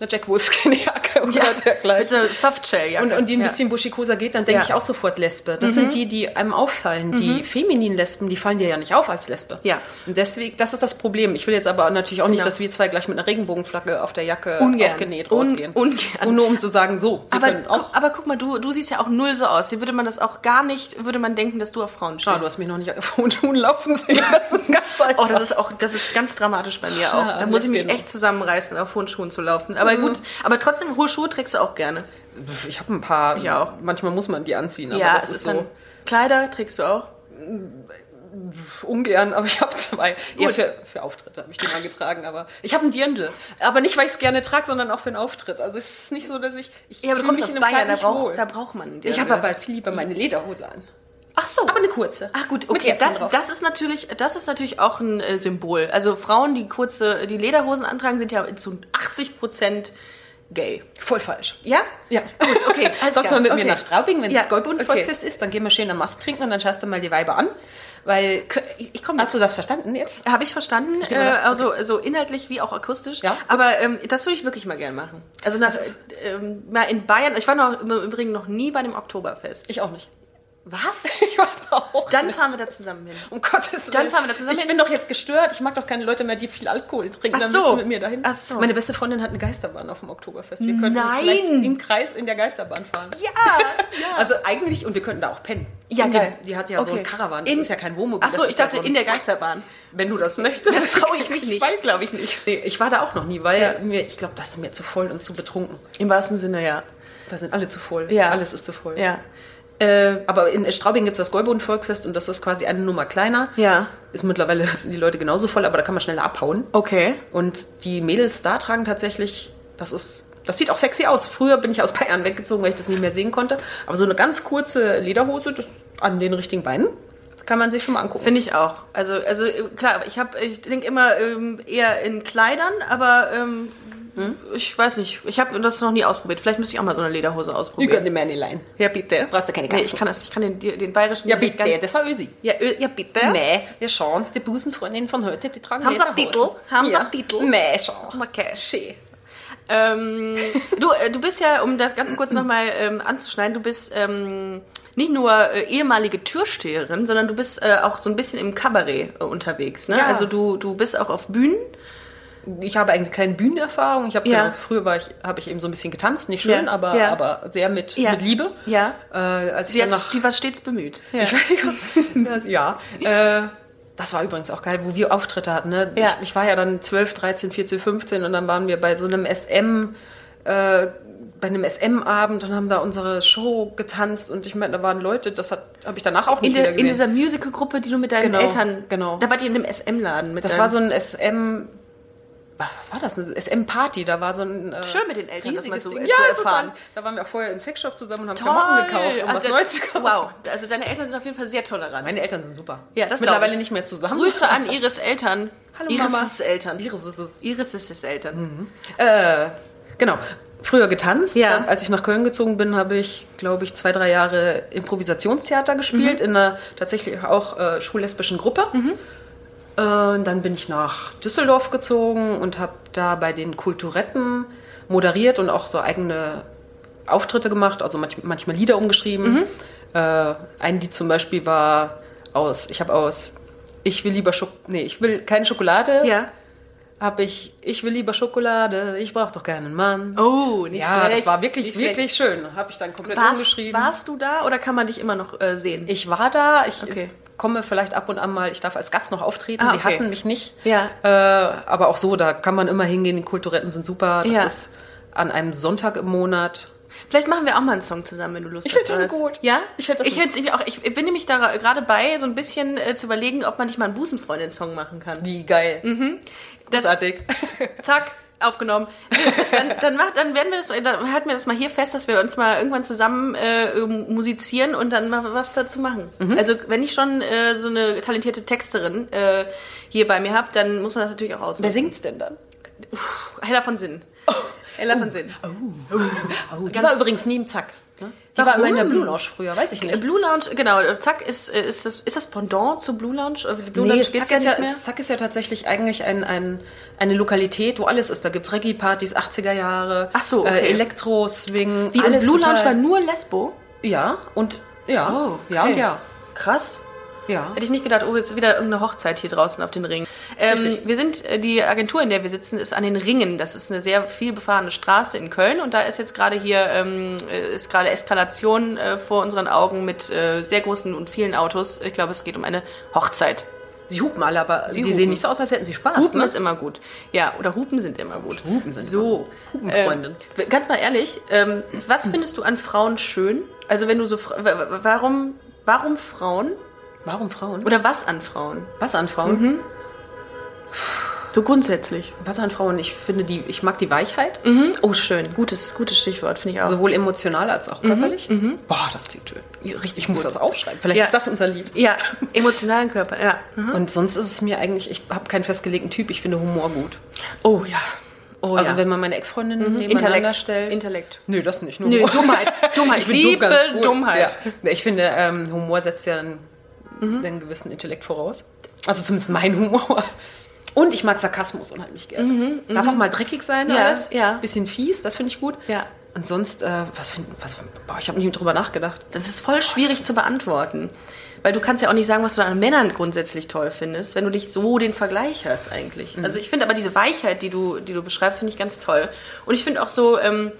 [SPEAKER 2] einer Jack Wolfskin-Jacke oder dergleichen.
[SPEAKER 1] mit einer Softshell-Jacke.
[SPEAKER 2] Und, und die ein
[SPEAKER 1] Ja.
[SPEAKER 2] bisschen buschikoser geht, dann denke
[SPEAKER 1] Ja. Mhm.
[SPEAKER 2] ich auch sofort Lesbe. Das sind die, die einem auffallen. Die femininen Lesben, die fallen dir ja nicht auf als Lesbe.
[SPEAKER 1] Ja.
[SPEAKER 2] Und deswegen, das ist das Problem. Ich will jetzt aber natürlich auch nicht,
[SPEAKER 1] Genau.
[SPEAKER 2] dass wir zwei gleich mit einer Regenbogenflagge auf der Jacke
[SPEAKER 1] Ungern.
[SPEAKER 2] aufgenäht
[SPEAKER 1] Un-
[SPEAKER 2] rausgehen.
[SPEAKER 1] ungern.
[SPEAKER 2] Und nur um zu sagen, so, wir
[SPEAKER 1] Aber,
[SPEAKER 2] können auch.
[SPEAKER 1] gu- aber guck mal, du, du siehst ja auch null so aus. Hier würde man das auch gar nicht, würde man denken, dass du auf Frauen
[SPEAKER 2] Ah,
[SPEAKER 1] stehst.
[SPEAKER 2] du hast mich noch nicht auf hohen Schuhen laufen sehen. Das ist ganz einfach.
[SPEAKER 1] Oh, das ist auch, das ist ganz dramatisch bei mir auch.
[SPEAKER 2] Ja, Mhm.
[SPEAKER 1] da muss ich mich
[SPEAKER 2] Lesbian.
[SPEAKER 1] echt zusammenreißen, auf hohen Schuhen zu laufen. Aber gut, aber trotzdem, hohe Schuhe trägst du auch gerne.
[SPEAKER 2] ich habe ein paar.
[SPEAKER 1] Ich auch.
[SPEAKER 2] Manchmal muss man die anziehen, aber
[SPEAKER 1] ja,
[SPEAKER 2] das
[SPEAKER 1] es
[SPEAKER 2] ist,
[SPEAKER 1] ist
[SPEAKER 2] so
[SPEAKER 1] dann, Kleider trägst du auch?
[SPEAKER 2] ungern. Aber ich habe zwei. Eher
[SPEAKER 1] Gut.
[SPEAKER 2] für, für Auftritte habe ich die mal getragen. Aber ich habe ein Dirndl. Aber nicht, weil ich es gerne trage, sondern auch für einen Auftritt. Also es ist nicht so, dass ich. ich
[SPEAKER 1] Ja, aber du
[SPEAKER 2] fühl
[SPEAKER 1] kommst
[SPEAKER 2] mich
[SPEAKER 1] aus
[SPEAKER 2] in einem
[SPEAKER 1] Bayern,
[SPEAKER 2] Kleid
[SPEAKER 1] da
[SPEAKER 2] nicht wohl.
[SPEAKER 1] braucht, da braucht man
[SPEAKER 2] Ich habe aber viel lieber meine Lederhose an.
[SPEAKER 1] Ach so.
[SPEAKER 2] Aber eine kurze.
[SPEAKER 1] Ah gut,
[SPEAKER 2] Mit
[SPEAKER 1] okay,
[SPEAKER 2] Herzen
[SPEAKER 1] das,
[SPEAKER 2] drauf.
[SPEAKER 1] das ist natürlich, das ist natürlich auch ein äh, Symbol. Also Frauen, die kurze, die Lederhosen antragen, sind ja zu 80 Prozent gay.
[SPEAKER 2] Voll falsch.
[SPEAKER 1] Ja?
[SPEAKER 2] Ja.
[SPEAKER 1] Gut, okay. alles
[SPEAKER 2] Sonst
[SPEAKER 1] klar.
[SPEAKER 2] mal mit
[SPEAKER 1] okay.
[SPEAKER 2] mir nach Straubing, wenn es
[SPEAKER 1] Ja,
[SPEAKER 2] das Goldbundvolksfest ist, dann gehen wir schön am Mast trinken und dann schaust du mal die Weiber an. Weil.
[SPEAKER 1] K- Ich komme
[SPEAKER 2] Hast du das verstanden jetzt?
[SPEAKER 1] Habe ich verstanden, äh,
[SPEAKER 2] mal das-
[SPEAKER 1] also so inhaltlich wie auch akustisch.
[SPEAKER 2] Ja.
[SPEAKER 1] Aber ähm, das würde ich wirklich mal gerne machen. Also nach, ähm, mal in Bayern, ich war noch, im Übrigen noch nie bei dem Oktoberfest.
[SPEAKER 2] Ich auch nicht.
[SPEAKER 1] Was?
[SPEAKER 2] Ich war da auch.
[SPEAKER 1] Dann fahren wir da zusammen hin.
[SPEAKER 2] Um Gottes Willen.
[SPEAKER 1] Dann fahren wir da zusammen
[SPEAKER 2] Ich
[SPEAKER 1] hin.
[SPEAKER 2] bin doch jetzt gestört. Ich mag doch keine Leute mehr, die viel Alkohol trinken.
[SPEAKER 1] Ach
[SPEAKER 2] Dann
[SPEAKER 1] so.
[SPEAKER 2] willst du mit mir dahin.
[SPEAKER 1] Ach so.
[SPEAKER 2] Meine beste Freundin hat eine Geisterbahn auf dem Oktoberfest. Wir könnten
[SPEAKER 1] Nein.
[SPEAKER 2] vielleicht im Kreis in der Geisterbahn fahren.
[SPEAKER 1] Ja!
[SPEAKER 2] Also eigentlich, und wir könnten da auch pennen.
[SPEAKER 1] Ja,
[SPEAKER 2] In dem-
[SPEAKER 1] geil.
[SPEAKER 2] Die hat ja so
[SPEAKER 1] Okay.
[SPEAKER 2] ein Caravan. Das
[SPEAKER 1] In-
[SPEAKER 2] ist ja kein Wohnmobil.
[SPEAKER 1] Ach so,
[SPEAKER 2] das
[SPEAKER 1] ich
[SPEAKER 2] ist ja
[SPEAKER 1] dachte
[SPEAKER 2] so ein-
[SPEAKER 1] in der Geisterbahn.
[SPEAKER 2] Wenn du das möchtest.
[SPEAKER 1] Das traue ich mich nicht.
[SPEAKER 2] weiß,
[SPEAKER 1] glaube ich nicht.
[SPEAKER 2] Nee, ich war da auch noch nie, weil
[SPEAKER 1] Ja.
[SPEAKER 2] mir, ich glaube, das ist mir zu voll und zu betrunken.
[SPEAKER 1] Im wahrsten Sinne, ja.
[SPEAKER 2] Da sind alle zu voll.
[SPEAKER 1] Ja.
[SPEAKER 2] Alles ist zu voll.
[SPEAKER 1] Ja. Äh,
[SPEAKER 2] Aber in Straubing gibt es das Golboden-Volksfest und das ist quasi eine Nummer kleiner.
[SPEAKER 1] Ja.
[SPEAKER 2] Ist mittlerweile sind die Leute genauso voll, aber da kann man schneller abhauen.
[SPEAKER 1] okay.
[SPEAKER 2] Und die Mädels da tragen tatsächlich, das ist, das sieht auch sexy aus. Früher bin ich aus Bayern weggezogen, weil ich das nicht mehr sehen konnte. Aber so eine ganz kurze Lederhose das, an den richtigen Beinen kann man sich schon mal angucken.
[SPEAKER 1] Finde ich auch. Also, also äh, klar, ich habe, ich denke immer ähm, eher in Kleidern, aber ähm,
[SPEAKER 2] Hm?
[SPEAKER 1] ich weiß nicht. Ich habe das noch nie ausprobiert. Vielleicht müsste ich auch mal so eine Lederhose ausprobieren.
[SPEAKER 2] Männlein.
[SPEAKER 1] Ja, bitte.
[SPEAKER 2] Brauchst du keine
[SPEAKER 1] Nee,
[SPEAKER 2] Katzen.
[SPEAKER 1] ich kann das. Ich kann den, den bayerischen.
[SPEAKER 2] Ja, bitte,
[SPEAKER 1] Ganz-
[SPEAKER 2] das war Ösi.
[SPEAKER 1] Ja, ö- ja, bitte.
[SPEAKER 2] Nee, wir schauen's, die Busenfreundinnen von heute, die tragen
[SPEAKER 1] Haben sie einen
[SPEAKER 2] Lederhosen.
[SPEAKER 1] Titel? Haben sie einen Titel?
[SPEAKER 2] Nee, schon.
[SPEAKER 1] Okay.
[SPEAKER 2] Schön.
[SPEAKER 1] Ähm, du, äh, du bist ja, um das ganz kurz nochmal ähm, anzuschneiden, du bist ähm, nicht nur äh, ehemalige Türsteherin, sondern du bist äh, auch so ein bisschen im Kabarett äh, unterwegs. Ne?
[SPEAKER 2] Ja.
[SPEAKER 1] Also du, du bist auch auf Bühnen.
[SPEAKER 2] ich habe eigentlich keine Bühnenerfahrung. Ich habe
[SPEAKER 1] Ja.
[SPEAKER 2] genau, früher war ich, habe ich eben so ein bisschen getanzt, nicht schön,
[SPEAKER 1] Ja.
[SPEAKER 2] aber
[SPEAKER 1] Ja.
[SPEAKER 2] aber sehr mit,
[SPEAKER 1] Ja.
[SPEAKER 2] mit Liebe.
[SPEAKER 1] Ja.
[SPEAKER 2] Äh, als ich
[SPEAKER 1] Sie
[SPEAKER 2] dann
[SPEAKER 1] hat,
[SPEAKER 2] nach
[SPEAKER 1] die war stets bemüht.
[SPEAKER 2] ich weiß nicht, ob- das, ja. Äh, das war übrigens auch geil, wo wir Auftritte hatten. Ne?
[SPEAKER 1] Ja.
[SPEAKER 2] Ich, ich war ja dann 12, 13, 14, 15 und dann waren wir bei so einem SM, äh, bei einem SM-Abend und haben da unsere Show getanzt und ich meine, da waren Leute, das hat habe ich danach auch nicht
[SPEAKER 1] In,
[SPEAKER 2] wieder
[SPEAKER 1] der, in dieser
[SPEAKER 2] gesehen.
[SPEAKER 1] Musical-Gruppe, die du mit deinen
[SPEAKER 2] Genau,
[SPEAKER 1] Eltern.
[SPEAKER 2] genau.
[SPEAKER 1] Da wart ihr in einem SM-Laden mit
[SPEAKER 2] Das
[SPEAKER 1] deinen-
[SPEAKER 2] war so ein SM ach, ah, was war das? Eine SM-Party. Da war so ein. Äh,
[SPEAKER 1] Schön mit den Eltern, das mal zu,
[SPEAKER 2] Ding.
[SPEAKER 1] äh,
[SPEAKER 2] Ja,
[SPEAKER 1] zu
[SPEAKER 2] es ist
[SPEAKER 1] erfahren.
[SPEAKER 2] alles. Da waren wir auch vorher im Sexshop zusammen und haben
[SPEAKER 1] Toll.
[SPEAKER 2] Klamotten gekauft, um was
[SPEAKER 1] Also,
[SPEAKER 2] Neues zu kaufen.
[SPEAKER 1] Wow, also deine Eltern sind auf jeden Fall sehr tolerant.
[SPEAKER 2] Meine Eltern sind super.
[SPEAKER 1] Ja, das glaub
[SPEAKER 2] Mittlerweile
[SPEAKER 1] ich.
[SPEAKER 2] nicht mehr zusammen.
[SPEAKER 1] Grüße an Iris Eltern.
[SPEAKER 2] Hallo,
[SPEAKER 1] Iris
[SPEAKER 2] Mama. Mhm.
[SPEAKER 1] Ist Eltern.
[SPEAKER 2] Iris ist es.
[SPEAKER 1] Iris ist es Eltern.
[SPEAKER 2] Genau. Früher getanzt.
[SPEAKER 1] Ja.
[SPEAKER 2] Dann, als ich nach Köln gezogen bin, habe ich, glaube ich, zwei, drei Jahre Improvisationstheater gespielt
[SPEAKER 1] Mhm.
[SPEAKER 2] in einer tatsächlich auch äh, schullesbischen Gruppe. Äh, und dann bin ich nach Düsseldorf gezogen und habe da bei den Kulturetten moderiert und auch so eigene Auftritte gemacht, also manch, manchmal Lieder umgeschrieben.
[SPEAKER 1] Mhm.
[SPEAKER 2] Äh, ein Lied zum Beispiel war aus, ich habe aus, ich will lieber Schok nee, ich will keine Schokolade,
[SPEAKER 1] Ja.
[SPEAKER 2] habe ich, ich will lieber Schokolade, ich brauche doch keinen Mann.
[SPEAKER 1] Oh, nicht
[SPEAKER 2] Ja,
[SPEAKER 1] schlecht.
[SPEAKER 2] das war wirklich,
[SPEAKER 1] nicht schlecht.
[SPEAKER 2] wirklich schön. Habe ich dann komplett
[SPEAKER 1] Warst,
[SPEAKER 2] umgeschrieben.
[SPEAKER 1] warst du da oder kann man dich immer noch äh, sehen?
[SPEAKER 2] Ich war da, ich
[SPEAKER 1] Okay.
[SPEAKER 2] komme vielleicht ab und an mal, ich darf als Gast noch auftreten,
[SPEAKER 1] Ah,
[SPEAKER 2] sie
[SPEAKER 1] okay.
[SPEAKER 2] hassen mich nicht.
[SPEAKER 1] Ja.
[SPEAKER 2] Äh, aber auch so, da kann man immer hingehen, die Kulturetten sind super. Das
[SPEAKER 1] Ja.
[SPEAKER 2] ist an einem Sonntag im Monat.
[SPEAKER 1] Vielleicht machen wir auch mal einen Song zusammen, wenn du Lust
[SPEAKER 2] Ich
[SPEAKER 1] hast.
[SPEAKER 2] find das
[SPEAKER 1] Jonas.
[SPEAKER 2] gut.
[SPEAKER 1] Ja?
[SPEAKER 2] Ich find das
[SPEAKER 1] ich
[SPEAKER 2] gut.
[SPEAKER 1] find's irgendwie auch. Ich bin nämlich da gerade bei, so ein bisschen äh, zu überlegen, ob man nicht mal einen Busenfreundin-Song machen kann.
[SPEAKER 2] Wie geil.
[SPEAKER 1] Mhm. Das,
[SPEAKER 2] Großartig.
[SPEAKER 1] zack, aufgenommen. dann, dann, macht, dann werden wir das, dann halten wir das mal hier fest, dass wir uns mal irgendwann zusammen äh, musizieren und dann mal was dazu machen.
[SPEAKER 2] Mhm.
[SPEAKER 1] Also wenn ich schon äh, so eine talentierte Texterin äh, hier bei mir habe, dann muss man das natürlich auch
[SPEAKER 2] Wer
[SPEAKER 1] ausnutzen.
[SPEAKER 2] singt's denn dann?
[SPEAKER 1] Hella von Sinn. Hella von Sinn.
[SPEAKER 2] Oh, die
[SPEAKER 1] Ganz-
[SPEAKER 2] war übrigens nie im Zack. Ne? Die war
[SPEAKER 1] Warum?
[SPEAKER 2] immer in der Blue Lounge früher, weiß ich
[SPEAKER 1] Äh,
[SPEAKER 2] nicht.
[SPEAKER 1] Blue Lounge, genau, äh, zack, ist, äh, ist, das, ist das Pendant zu Blue Lounge? Äh, die Blue
[SPEAKER 2] Nee,
[SPEAKER 1] Lounge
[SPEAKER 2] das
[SPEAKER 1] spielt
[SPEAKER 2] Zack,
[SPEAKER 1] ja
[SPEAKER 2] ist ja,
[SPEAKER 1] nicht mehr.
[SPEAKER 2] Zack ist ja tatsächlich eigentlich ein, ein, eine Lokalität, wo alles ist. Da gibt's Reggae-Partys, 80er Jahre,
[SPEAKER 1] Ach so, okay.
[SPEAKER 2] äh, Elektro, Swing,
[SPEAKER 1] Wie, und
[SPEAKER 2] alles
[SPEAKER 1] Blue
[SPEAKER 2] total-
[SPEAKER 1] Lounge war nur Lesbo?
[SPEAKER 2] Ja, und ja,
[SPEAKER 1] Oh, okay.
[SPEAKER 2] ja und ja.
[SPEAKER 1] Krass.
[SPEAKER 2] Ja.
[SPEAKER 1] Hätte ich nicht gedacht, oh, jetzt wieder irgendeine Hochzeit hier draußen auf den Ringen. Ähm,
[SPEAKER 2] Richtig.
[SPEAKER 1] wir sind, äh, die Agentur, in der wir sitzen, ist an den Ringen. Das ist eine sehr viel befahrene Straße in Köln und da ist jetzt gerade hier, ähm, äh, ist gerade Eskalation äh, vor unseren Augen mit äh, sehr großen und vielen Autos. Ich glaube, es geht um eine Hochzeit.
[SPEAKER 2] Sie hupen alle, aber sie,
[SPEAKER 1] hupen.
[SPEAKER 2] sehen nicht so aus, als hätten sie Spaß.
[SPEAKER 1] Hupen
[SPEAKER 2] ne?
[SPEAKER 1] ist immer gut. Ja, oder Hupen sind immer gut.
[SPEAKER 2] Hupen sind
[SPEAKER 1] so.
[SPEAKER 2] immer gut. Hupenfreundin.
[SPEAKER 1] Ähm, ganz mal ehrlich, ähm, was findest du an Frauen schön? Also wenn du so, fra- wa- wa- warum, warum Frauen?
[SPEAKER 2] Warum Frauen?
[SPEAKER 1] Oder was an Frauen?
[SPEAKER 2] Was an Frauen?
[SPEAKER 1] Mhm. So grundsätzlich.
[SPEAKER 2] Was an Frauen? Ich finde die, ich mag die Weichheit,
[SPEAKER 1] Oh, schön. Gutes, gutes Stichwort, finde ich auch.
[SPEAKER 2] sowohl emotional als auch körperlich. Boah, das klingt schön.
[SPEAKER 1] Mhm, Ja, richtig
[SPEAKER 2] Ich muss
[SPEAKER 1] gut.
[SPEAKER 2] das aufschreiben. Vielleicht
[SPEAKER 1] Ja.
[SPEAKER 2] ist das unser Lied.
[SPEAKER 1] Ja, emotionalen Körper, ja. Mhm.
[SPEAKER 2] Und sonst ist es mir eigentlich, ich habe keinen festgelegten Typ. Ich finde Humor gut.
[SPEAKER 1] Oh ja. Oh,
[SPEAKER 2] also
[SPEAKER 1] ja. Mhm.
[SPEAKER 2] wenn man meine Ex-Freundin nebeneinander
[SPEAKER 1] Intellekt.
[SPEAKER 2] stellt.
[SPEAKER 1] Intellekt.
[SPEAKER 2] Nö, das nicht. Nur
[SPEAKER 1] Nö,
[SPEAKER 2] Humor.
[SPEAKER 1] Dummheit. Dummheit. Ich
[SPEAKER 2] Ich finde
[SPEAKER 1] liebe
[SPEAKER 2] Dumm ganz gut.
[SPEAKER 1] Dummheit. Mhm.
[SPEAKER 2] Ja. Ich finde, ähm, Humor setzt ja einen, einen gewissen Intellekt voraus. Also zumindest mein Humor. Und ich mag Sarkasmus unheimlich gerne. Darf auch mal dreckig sein,
[SPEAKER 1] Mhm, Ja,
[SPEAKER 2] alles.
[SPEAKER 1] ja.
[SPEAKER 2] Bisschen fies, das finde ich gut.
[SPEAKER 1] Ja.
[SPEAKER 2] Und sonst, äh, was finde was, boah, ich habe nie drüber nachgedacht.
[SPEAKER 1] Das ist voll schwierig zu beantworten. Weil du kannst ja auch nicht sagen, was du an Männern grundsätzlich toll findest, wenn du nicht so den Vergleich hast eigentlich.
[SPEAKER 2] Mhm.
[SPEAKER 1] Also ich finde aber diese Weichheit, die du, die du beschreibst, finde ich ganz toll. Und ich finde auch so, ähm,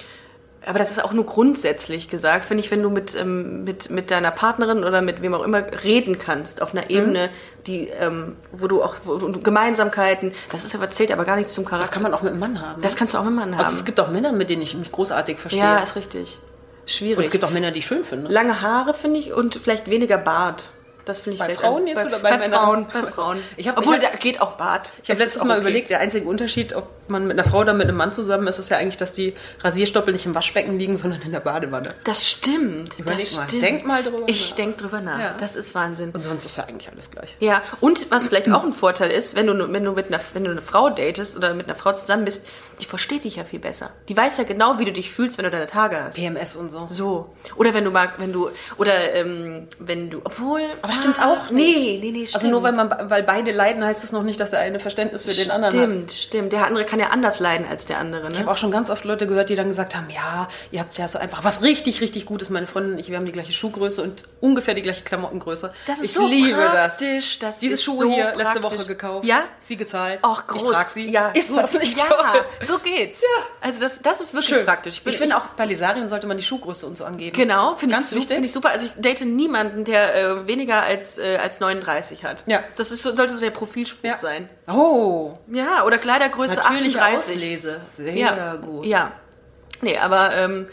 [SPEAKER 1] aber das ist auch nur grundsätzlich gesagt, finde ich, wenn du mit, ähm, mit, mit deiner Partnerin oder mit wem auch immer reden kannst, auf
[SPEAKER 2] Mhm.
[SPEAKER 1] einer Ebene, die, ähm, wo du auch wo du, Gemeinsamkeiten, das ist aber, zählt aber gar nichts zum Charakter.
[SPEAKER 2] Das kann man auch mit einem Mann haben.
[SPEAKER 1] das kannst du auch mit einem Mann haben.
[SPEAKER 2] also es gibt auch Männer, mit denen ich mich großartig verstehe.
[SPEAKER 1] ja, ist richtig. Schwierig.
[SPEAKER 2] Und es gibt auch Männer, die ich schön finde.
[SPEAKER 1] Lange Haare finde ich und vielleicht weniger Bart. Das finde ich
[SPEAKER 2] Bei
[SPEAKER 1] vielleicht
[SPEAKER 2] Frauen
[SPEAKER 1] an-
[SPEAKER 2] jetzt
[SPEAKER 1] bei,
[SPEAKER 2] oder bei
[SPEAKER 1] bei
[SPEAKER 2] Männern?
[SPEAKER 1] Frauen, bei Frauen.
[SPEAKER 2] Ich hab-
[SPEAKER 1] Obwohl
[SPEAKER 2] ich hab-
[SPEAKER 1] da geht auch Bart.
[SPEAKER 2] Ich habe letztes Mal überlegt, der einzige Unterschied, ob man mit einer Frau oder mit einem Mann zusammen ist, ist ja eigentlich, dass die Rasierstoppel nicht im Waschbecken liegen, sondern in der Badewanne.
[SPEAKER 1] Das stimmt.
[SPEAKER 2] Überleg
[SPEAKER 1] das
[SPEAKER 2] mal.
[SPEAKER 1] Stimmt.
[SPEAKER 2] Denk mal drüber
[SPEAKER 1] Ich
[SPEAKER 2] nach.
[SPEAKER 1] denk drüber nach.
[SPEAKER 2] Ja.
[SPEAKER 1] Das ist Wahnsinn.
[SPEAKER 2] Und sonst ist ja eigentlich alles gleich.
[SPEAKER 1] Ja, und was vielleicht auch ein Vorteil ist, wenn du, wenn du, mit einer, wenn du eine Frau datest oder mit einer Frau zusammen bist, die versteht dich ja viel besser. Die weiß ja genau, wie du dich fühlst, wenn du deine Tage hast.
[SPEAKER 2] PMS E und so.
[SPEAKER 1] So. Oder wenn du mag, wenn du, oder ähm, wenn du, obwohl. ah,
[SPEAKER 2] Aber stimmt auch
[SPEAKER 1] Nee,
[SPEAKER 2] nicht.
[SPEAKER 1] nee, nee, stimmt.
[SPEAKER 2] Also nur weil, man, weil beide leiden, heißt es noch nicht, dass der eine Verständnis für den anderen hat.
[SPEAKER 1] Stimmt, stimmt. Der andere kann ja anders leiden als der andere,
[SPEAKER 2] Ich
[SPEAKER 1] ne?
[SPEAKER 2] habe auch schon ganz oft Leute gehört, die dann gesagt haben, ja, ihr habt ja so einfach was richtig, richtig Gutes. Meine Freundin und ich, wir haben die gleiche Schuhgröße und ungefähr die gleiche Klamottengröße.
[SPEAKER 1] Das ist
[SPEAKER 2] ich
[SPEAKER 1] so
[SPEAKER 2] liebe
[SPEAKER 1] praktisch,
[SPEAKER 2] das.
[SPEAKER 1] das
[SPEAKER 2] Diese
[SPEAKER 1] ist
[SPEAKER 2] Schuhe
[SPEAKER 1] so
[SPEAKER 2] hier letzte
[SPEAKER 1] praktisch.
[SPEAKER 2] Woche gekauft.
[SPEAKER 1] Ja?
[SPEAKER 2] Sie gezahlt.
[SPEAKER 1] Auch groß.
[SPEAKER 2] Ich trage sie.
[SPEAKER 1] Ja,
[SPEAKER 2] ist
[SPEAKER 1] gut.
[SPEAKER 2] das nicht
[SPEAKER 1] ja,
[SPEAKER 2] toll?
[SPEAKER 1] so geht's.
[SPEAKER 2] Ja.
[SPEAKER 1] Also das, das ist wirklich
[SPEAKER 2] Schön.
[SPEAKER 1] praktisch.
[SPEAKER 2] Ich, finde auch, bei Lesarien sollte man die Schuhgröße und so angeben.
[SPEAKER 1] Genau,
[SPEAKER 2] Ist
[SPEAKER 1] finde ich,
[SPEAKER 2] ganz
[SPEAKER 1] su-
[SPEAKER 2] wichtig.
[SPEAKER 1] find ich super. Also ich date niemanden, der äh, weniger als, äh, als 39 hat.
[SPEAKER 2] Ja.
[SPEAKER 1] Das ist, so- sollte so der Profilspruch
[SPEAKER 2] ja.
[SPEAKER 1] sein.
[SPEAKER 2] Oh,
[SPEAKER 1] Ja, oder Kleidergröße
[SPEAKER 2] natürliche
[SPEAKER 1] 38.
[SPEAKER 2] Auslese. Sehr
[SPEAKER 1] Ja,
[SPEAKER 2] gut.
[SPEAKER 1] ja. Nee, aber ähm,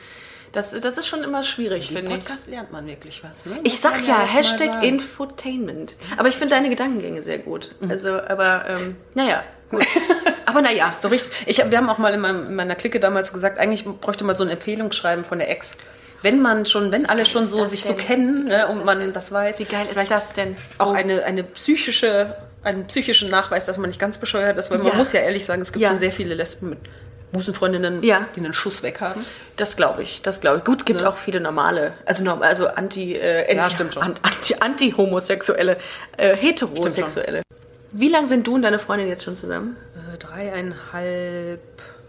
[SPEAKER 1] das, das ist schon immer schwierig,
[SPEAKER 2] Im
[SPEAKER 1] finde ich.
[SPEAKER 2] Podcast lernt man wirklich was. Ne?
[SPEAKER 1] Ich
[SPEAKER 2] Muss
[SPEAKER 1] sag
[SPEAKER 2] man
[SPEAKER 1] ja,
[SPEAKER 2] jetzt mal
[SPEAKER 1] Hashtag
[SPEAKER 2] sagen. Mhm.
[SPEAKER 1] Infotainment. Aber ich finde deine Gedankengänge sehr gut. Also, aber, ähm, naja. gut.
[SPEAKER 2] Aber naja, so richtig. Ich, hab- wir haben auch mal in, meinem, in meiner Clique damals gesagt, eigentlich bräuchte man so ein Empfehlungsschreiben von der Ex. Wenn man schon, wenn alle schon so
[SPEAKER 1] das
[SPEAKER 2] sich
[SPEAKER 1] denn?
[SPEAKER 2] so kennen ne, und
[SPEAKER 1] das
[SPEAKER 2] man
[SPEAKER 1] denn?
[SPEAKER 2] das weiß.
[SPEAKER 1] Wie geil ist
[SPEAKER 2] vielleicht
[SPEAKER 1] das denn?
[SPEAKER 2] Auch
[SPEAKER 1] Oh.
[SPEAKER 2] eine, eine psychische, einen psychischen Nachweis, dass man nicht ganz bescheuert ist, weil
[SPEAKER 1] Ja.
[SPEAKER 2] man muss ja ehrlich sagen, es gibt
[SPEAKER 1] Ja.
[SPEAKER 2] schon sehr viele Lesben mit Busenfreundinnen,
[SPEAKER 1] Ja.
[SPEAKER 2] die einen Schuss weg haben.
[SPEAKER 1] Das glaube ich, das glaube ich. Gut, gibt auch viele normale, also norm, also anti, äh,
[SPEAKER 2] Ja,
[SPEAKER 1] anti,
[SPEAKER 2] stimmt schon.
[SPEAKER 1] an- anti, anti homosexuelle, äh, heterosexuelle. Wie lange sind du und deine Freundin jetzt schon zusammen?
[SPEAKER 2] Äh, dreieinhalb,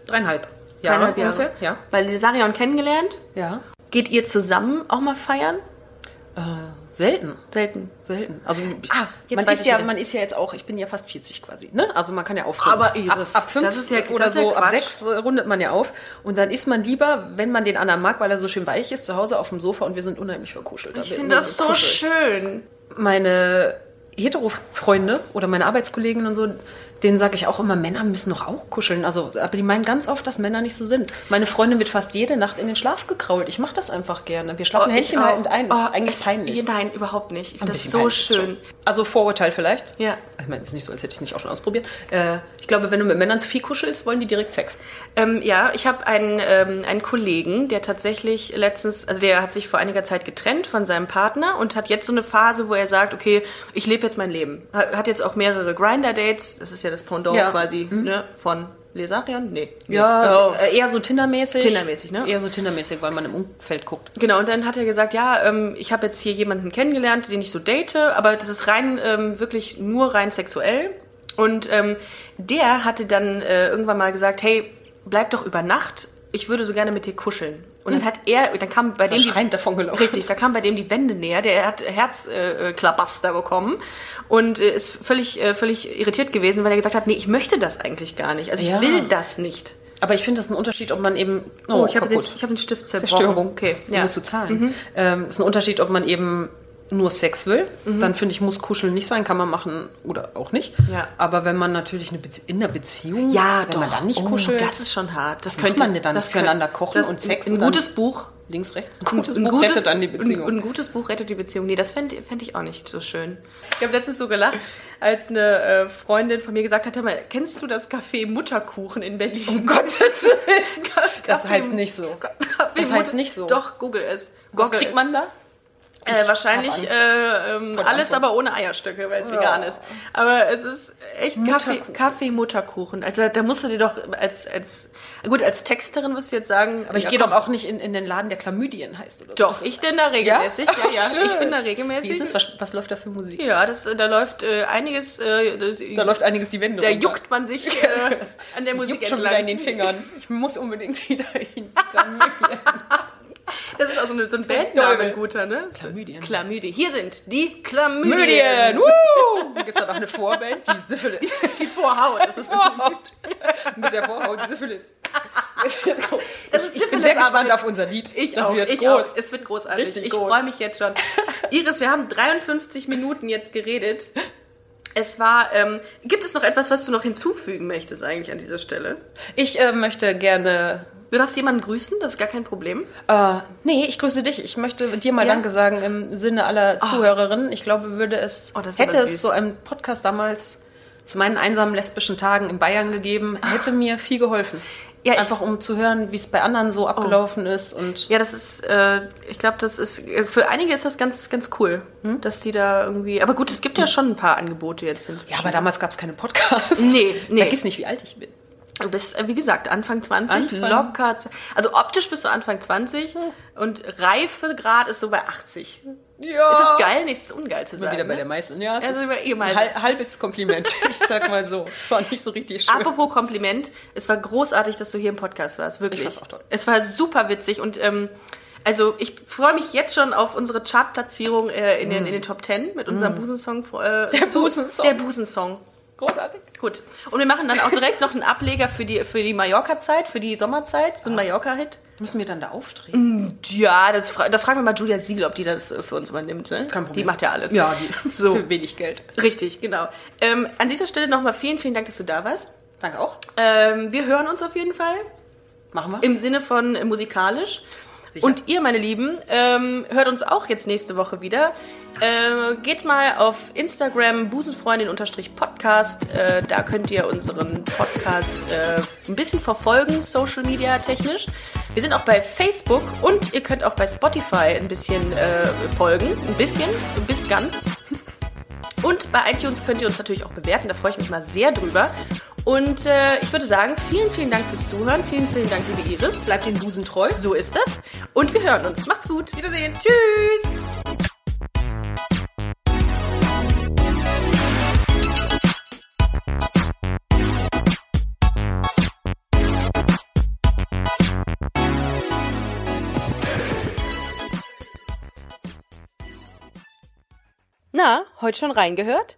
[SPEAKER 2] dreieinhalb Jahre
[SPEAKER 1] Dreieinhalb Jahre.
[SPEAKER 2] ungefähr. Ja.
[SPEAKER 1] Weil die Sarion kennengelernt.
[SPEAKER 2] ja.
[SPEAKER 1] Geht ihr zusammen auch mal feiern?
[SPEAKER 2] Äh, selten.
[SPEAKER 1] Selten.
[SPEAKER 2] Selten. Also
[SPEAKER 1] Ah, jetzt
[SPEAKER 2] man
[SPEAKER 1] weiß
[SPEAKER 2] ist
[SPEAKER 1] ich
[SPEAKER 2] ja,
[SPEAKER 1] wieder.
[SPEAKER 2] man ist ja jetzt auch, ich bin ja fast 40 quasi, ne? Also man kann ja aufhören.
[SPEAKER 1] Aber Iris,
[SPEAKER 2] ab, ab fünf
[SPEAKER 1] das ist ja-
[SPEAKER 2] oder
[SPEAKER 1] das ist ja
[SPEAKER 2] so, ab
[SPEAKER 1] Quatsch.
[SPEAKER 2] sechs äh, rundet man ja auf. Und dann ist man lieber, wenn man den anderen mag, weil er so schön weich ist, zu Hause auf dem Sofa und wir sind unheimlich verkuschelt.
[SPEAKER 1] Ich finde das so schön.
[SPEAKER 2] Meine Hetero-Freunde oder meine Arbeitskollegen und so, denen sage ich auch immer, Männer müssen doch auch kuscheln. Also, aber die meinen ganz oft, dass Männer nicht so sind. Meine Freundin wird fast jede Nacht in den Schlaf gekrault. Ich mache das einfach gerne. Wir schlafen
[SPEAKER 1] ich
[SPEAKER 2] Händchen
[SPEAKER 1] auch.
[SPEAKER 2] haltend ein. Das
[SPEAKER 1] Oh,
[SPEAKER 2] ist eigentlich
[SPEAKER 1] ich-
[SPEAKER 2] peinlich.
[SPEAKER 1] Nein, überhaupt nicht. Ich
[SPEAKER 2] Ein
[SPEAKER 1] finde das
[SPEAKER 2] bisschen
[SPEAKER 1] halt so
[SPEAKER 2] peinlich ist
[SPEAKER 1] schön.
[SPEAKER 2] schon. Also Vorurteil vielleicht.
[SPEAKER 1] Ja.
[SPEAKER 2] Ich meine, es ist nicht so, als hätte ich es nicht auch schon ausprobiert. Äh, ich glaube, wenn du mit Männern zu viel kuschelst, wollen die direkt Sex.
[SPEAKER 1] Ähm, ja, ich habe einen, ähm, einen Kollegen, der tatsächlich letztens, also der hat sich vor einiger Zeit getrennt von seinem Partner und hat jetzt so eine Phase, wo er sagt, okay, ich lebe jetzt mein Leben. Ha- Hat jetzt auch mehrere Grinder-Dates, das ist ja das Pendant
[SPEAKER 2] Ja.
[SPEAKER 1] quasi, ne, von Lesarion? Nee. nee. Oh.
[SPEAKER 2] äh, eher so Tindermäßig.
[SPEAKER 1] Tindermäßig, ne?
[SPEAKER 2] Eher so Tindermäßig, weil man im Umfeld guckt.
[SPEAKER 1] Genau, und dann hat er gesagt, ja, ähm, ich habe jetzt hier jemanden kennengelernt, den ich so date, aber das ist rein, ähm, wirklich nur rein sexuell. Und ähm, der hatte dann äh, irgendwann mal gesagt, hey, bleib doch über Nacht, ich würde so gerne mit dir kuscheln. Und
[SPEAKER 2] Hm.
[SPEAKER 1] dann hat er, dann kam bei dem die-
[SPEAKER 2] schreiend davongelaufen.
[SPEAKER 1] Richtig, da kam bei dem die Wände näher, der hat Herzklabaster äh, Klabaster bekommen und äh, ist völlig, äh, völlig irritiert gewesen, weil er gesagt hat, nee, ich möchte das eigentlich gar nicht. Also ich
[SPEAKER 2] Ja.
[SPEAKER 1] will das nicht.
[SPEAKER 2] Aber ich finde das ist ein Unterschied, ob man eben.
[SPEAKER 1] Oh, ich habe den,
[SPEAKER 2] kaputt.
[SPEAKER 1] ich hab den Stift zerbrochen.
[SPEAKER 2] Zerstörung.
[SPEAKER 1] Okay, Mhm.
[SPEAKER 2] Die musst du zahlen. Ähm, ist ein Unterschied, ob man eben nur Sex will.
[SPEAKER 1] Mhm.
[SPEAKER 2] Dann finde ich, muss Kuscheln nicht sein, kann man machen oder auch nicht.
[SPEAKER 1] Ja.
[SPEAKER 2] Aber wenn man natürlich eine Bezie- in der Beziehung,
[SPEAKER 1] Ja,
[SPEAKER 2] wenn
[SPEAKER 1] doch.
[SPEAKER 2] man dann nicht
[SPEAKER 1] Oh,
[SPEAKER 2] kuschelt,
[SPEAKER 1] Das ist schon hart. Das
[SPEAKER 2] Was
[SPEAKER 1] könnte
[SPEAKER 2] macht man denn dann?
[SPEAKER 1] das
[SPEAKER 2] Füreinander
[SPEAKER 1] könnte-
[SPEAKER 2] kochen und Sex
[SPEAKER 1] Ein
[SPEAKER 2] und dann-
[SPEAKER 1] gutes Buch.
[SPEAKER 2] links, rechts, ein gutes
[SPEAKER 1] ein
[SPEAKER 2] Buch
[SPEAKER 1] gutes-
[SPEAKER 2] rettet dann die Beziehung.
[SPEAKER 1] Ein, ein gutes Buch rettet die Beziehung. Nee, das fände fänd ich auch nicht so schön. Ich habe letztens so gelacht, als eine äh, Freundin von mir gesagt hat, hör mal, kennst du das Café Mutterkuchen in Berlin? Um Gottes Willen.
[SPEAKER 2] Das heißt nicht so. Das heißt nicht so.
[SPEAKER 1] Doch, google es.
[SPEAKER 2] Was
[SPEAKER 1] Google
[SPEAKER 2] kriegt
[SPEAKER 1] es.
[SPEAKER 2] man da?
[SPEAKER 1] Äh, wahrscheinlich
[SPEAKER 2] Angst.
[SPEAKER 1] äh, ähm, alles, aber ohne Eierstöcke, weil es vegan ist. Aber es ist echt Kaffee-
[SPEAKER 2] Mutterkuchen.
[SPEAKER 1] Kaffee-Mutterkuchen. also da musst du dir doch als, als gut, als Texterin wirst du jetzt sagen.
[SPEAKER 2] Aber ich gehe doch auch nicht in, in den Laden, der Chlamydien heißt oder so. Das
[SPEAKER 1] Doch,
[SPEAKER 2] ist-
[SPEAKER 1] ich bin da regelmäßig. Ja,
[SPEAKER 2] Ja?
[SPEAKER 1] ja,
[SPEAKER 2] Schön.
[SPEAKER 1] ich bin da
[SPEAKER 2] Wie
[SPEAKER 1] regelmäßig.
[SPEAKER 2] ist es? Was, was läuft da für Musik?
[SPEAKER 1] Ja, das, äh, da läuft äh, einiges. Äh, das,
[SPEAKER 2] Da läuft einiges die Wände
[SPEAKER 1] da
[SPEAKER 2] runter.
[SPEAKER 1] juckt man sich äh, an der Musik
[SPEAKER 2] juckt schon wieder
[SPEAKER 1] entlang.
[SPEAKER 2] in den Fingern. Ich muss unbedingt wieder hin zu Chlamydien.
[SPEAKER 1] Das ist also so ein
[SPEAKER 2] Däubel.
[SPEAKER 1] Bandname, ein guter, ne?
[SPEAKER 2] Chlamydien.
[SPEAKER 1] Chlamydie. Hier sind die Chlamydien.
[SPEAKER 2] Chlamydien! Woo! Gibt es da noch eine Vorband? Die Syphilis.
[SPEAKER 1] Die Vorhaut. Das ist
[SPEAKER 2] Vorhaut. Mit der Vorhaut Syphilis.
[SPEAKER 1] Das ist
[SPEAKER 2] ich bin
[SPEAKER 1] Syphilis,
[SPEAKER 2] sehr
[SPEAKER 1] aber
[SPEAKER 2] gespannt
[SPEAKER 1] mit-
[SPEAKER 2] auf unser Lied.
[SPEAKER 1] Ich
[SPEAKER 2] das
[SPEAKER 1] auch,
[SPEAKER 2] wird
[SPEAKER 1] ich
[SPEAKER 2] groß.
[SPEAKER 1] auch. Es wird großartig.
[SPEAKER 2] Richtig
[SPEAKER 1] ich
[SPEAKER 2] groß.
[SPEAKER 1] freue mich jetzt schon. Iris, wir haben 53 Minuten jetzt geredet. Es war, ähm, gibt es noch etwas, was du noch hinzufügen möchtest eigentlich an dieser Stelle?
[SPEAKER 2] Ich äh, möchte gerne...
[SPEAKER 1] Du darfst jemanden grüßen, das ist gar kein Problem.
[SPEAKER 2] Äh, nee, ich grüße dich. Ich möchte dir mal
[SPEAKER 1] Ja?
[SPEAKER 2] Danke sagen im Sinne aller Zuhörerinnen. Ich glaube, würde es
[SPEAKER 1] Oh, das ist
[SPEAKER 2] hätte
[SPEAKER 1] aber
[SPEAKER 2] es
[SPEAKER 1] süß.
[SPEAKER 2] so einen Podcast damals zu meinen einsamen lesbischen Tagen in Bayern gegeben, hätte mir viel geholfen.
[SPEAKER 1] Ja, ich-
[SPEAKER 2] Einfach um zu hören, wie es bei anderen so abgelaufen ist und
[SPEAKER 1] Ja, das ist, äh, ich glaube, das ist, äh, für einige ist das ganz, ganz cool, hm, dass die da irgendwie, aber gut, es gibt ja schon ein paar Angebote jetzt.
[SPEAKER 2] ja, aber damals gab es keine Podcasts.
[SPEAKER 1] Nee, nee.
[SPEAKER 2] Vergiss nicht, wie alt ich bin.
[SPEAKER 1] Du bist, äh, wie gesagt, Anfang Hm. 20,
[SPEAKER 2] Anfang.
[SPEAKER 1] locker. z- Also optisch bist du Anfang 20 und Reifegrad ist so bei 80.
[SPEAKER 2] Ja.
[SPEAKER 1] Ist es geil? Nichts ist ungeil zu
[SPEAKER 2] Sind wir
[SPEAKER 1] sein.
[SPEAKER 2] wieder bei
[SPEAKER 1] ne?
[SPEAKER 2] der Meißel. Ja, es
[SPEAKER 1] Ja, sind wir eh Meißel.
[SPEAKER 2] Hal halbes Kompliment. Ich sag mal so. Es war nicht so richtig schön.
[SPEAKER 1] Apropos Kompliment, es war großartig, dass du hier im Podcast warst, wirklich.
[SPEAKER 2] Ich fand's auch toll.
[SPEAKER 1] Es war super witzig und ähm, also ich freue mich jetzt schon auf unsere Chartplatzierung äh, in, den, in den Top 10 mit unserem Busensong. Äh,
[SPEAKER 2] Mm. Der
[SPEAKER 1] zu-
[SPEAKER 2] Busensong.
[SPEAKER 1] Der Busensong.
[SPEAKER 2] Großartig.
[SPEAKER 1] Gut. Und wir machen dann auch direkt noch einen Ableger für die, für die Mallorca-Zeit, für die Sommerzeit, so ein Mallorca-Hit.
[SPEAKER 2] Müssen wir dann da auftreten?
[SPEAKER 1] Ja, das, fra- da fragen wir mal Julia Siegel, ob die das äh, für uns übernimmt. Ne?
[SPEAKER 2] Kein Problem.
[SPEAKER 1] Die macht ja alles.
[SPEAKER 2] Ja, die,
[SPEAKER 1] So.
[SPEAKER 2] für wenig Geld.
[SPEAKER 1] Richtig, genau. Ähm, an dieser Stelle nochmal vielen, vielen Dank, dass du da warst.
[SPEAKER 2] Danke auch.
[SPEAKER 1] Ähm, wir hören uns auf jeden Fall
[SPEAKER 2] Machen wir.
[SPEAKER 1] im Sinne von äh, musikalisch.
[SPEAKER 2] Sicher.
[SPEAKER 1] Und ihr, meine Lieben, ähm, hört uns auch jetzt nächste Woche wieder. Äh, geht mal auf Instagram busenfreundin-podcast. Äh, da könnt ihr unseren Podcast äh, ein bisschen verfolgen, Social Media technisch. Wir sind auch bei Facebook und ihr könnt auch bei Spotify ein bisschen äh, folgen. Ein bisschen, bis ganz. Und bei iTunes könnt ihr uns natürlich auch bewerten, da freue ich mich mal sehr drüber. Und äh, ich würde sagen, vielen, vielen Dank fürs Zuhören. Vielen, vielen Dank, liebe Iris. Bleibt den Busen treu. So ist das. Und wir hören uns. Macht's gut. Wiedersehen. Tschüss. Na, heute schon reingehört?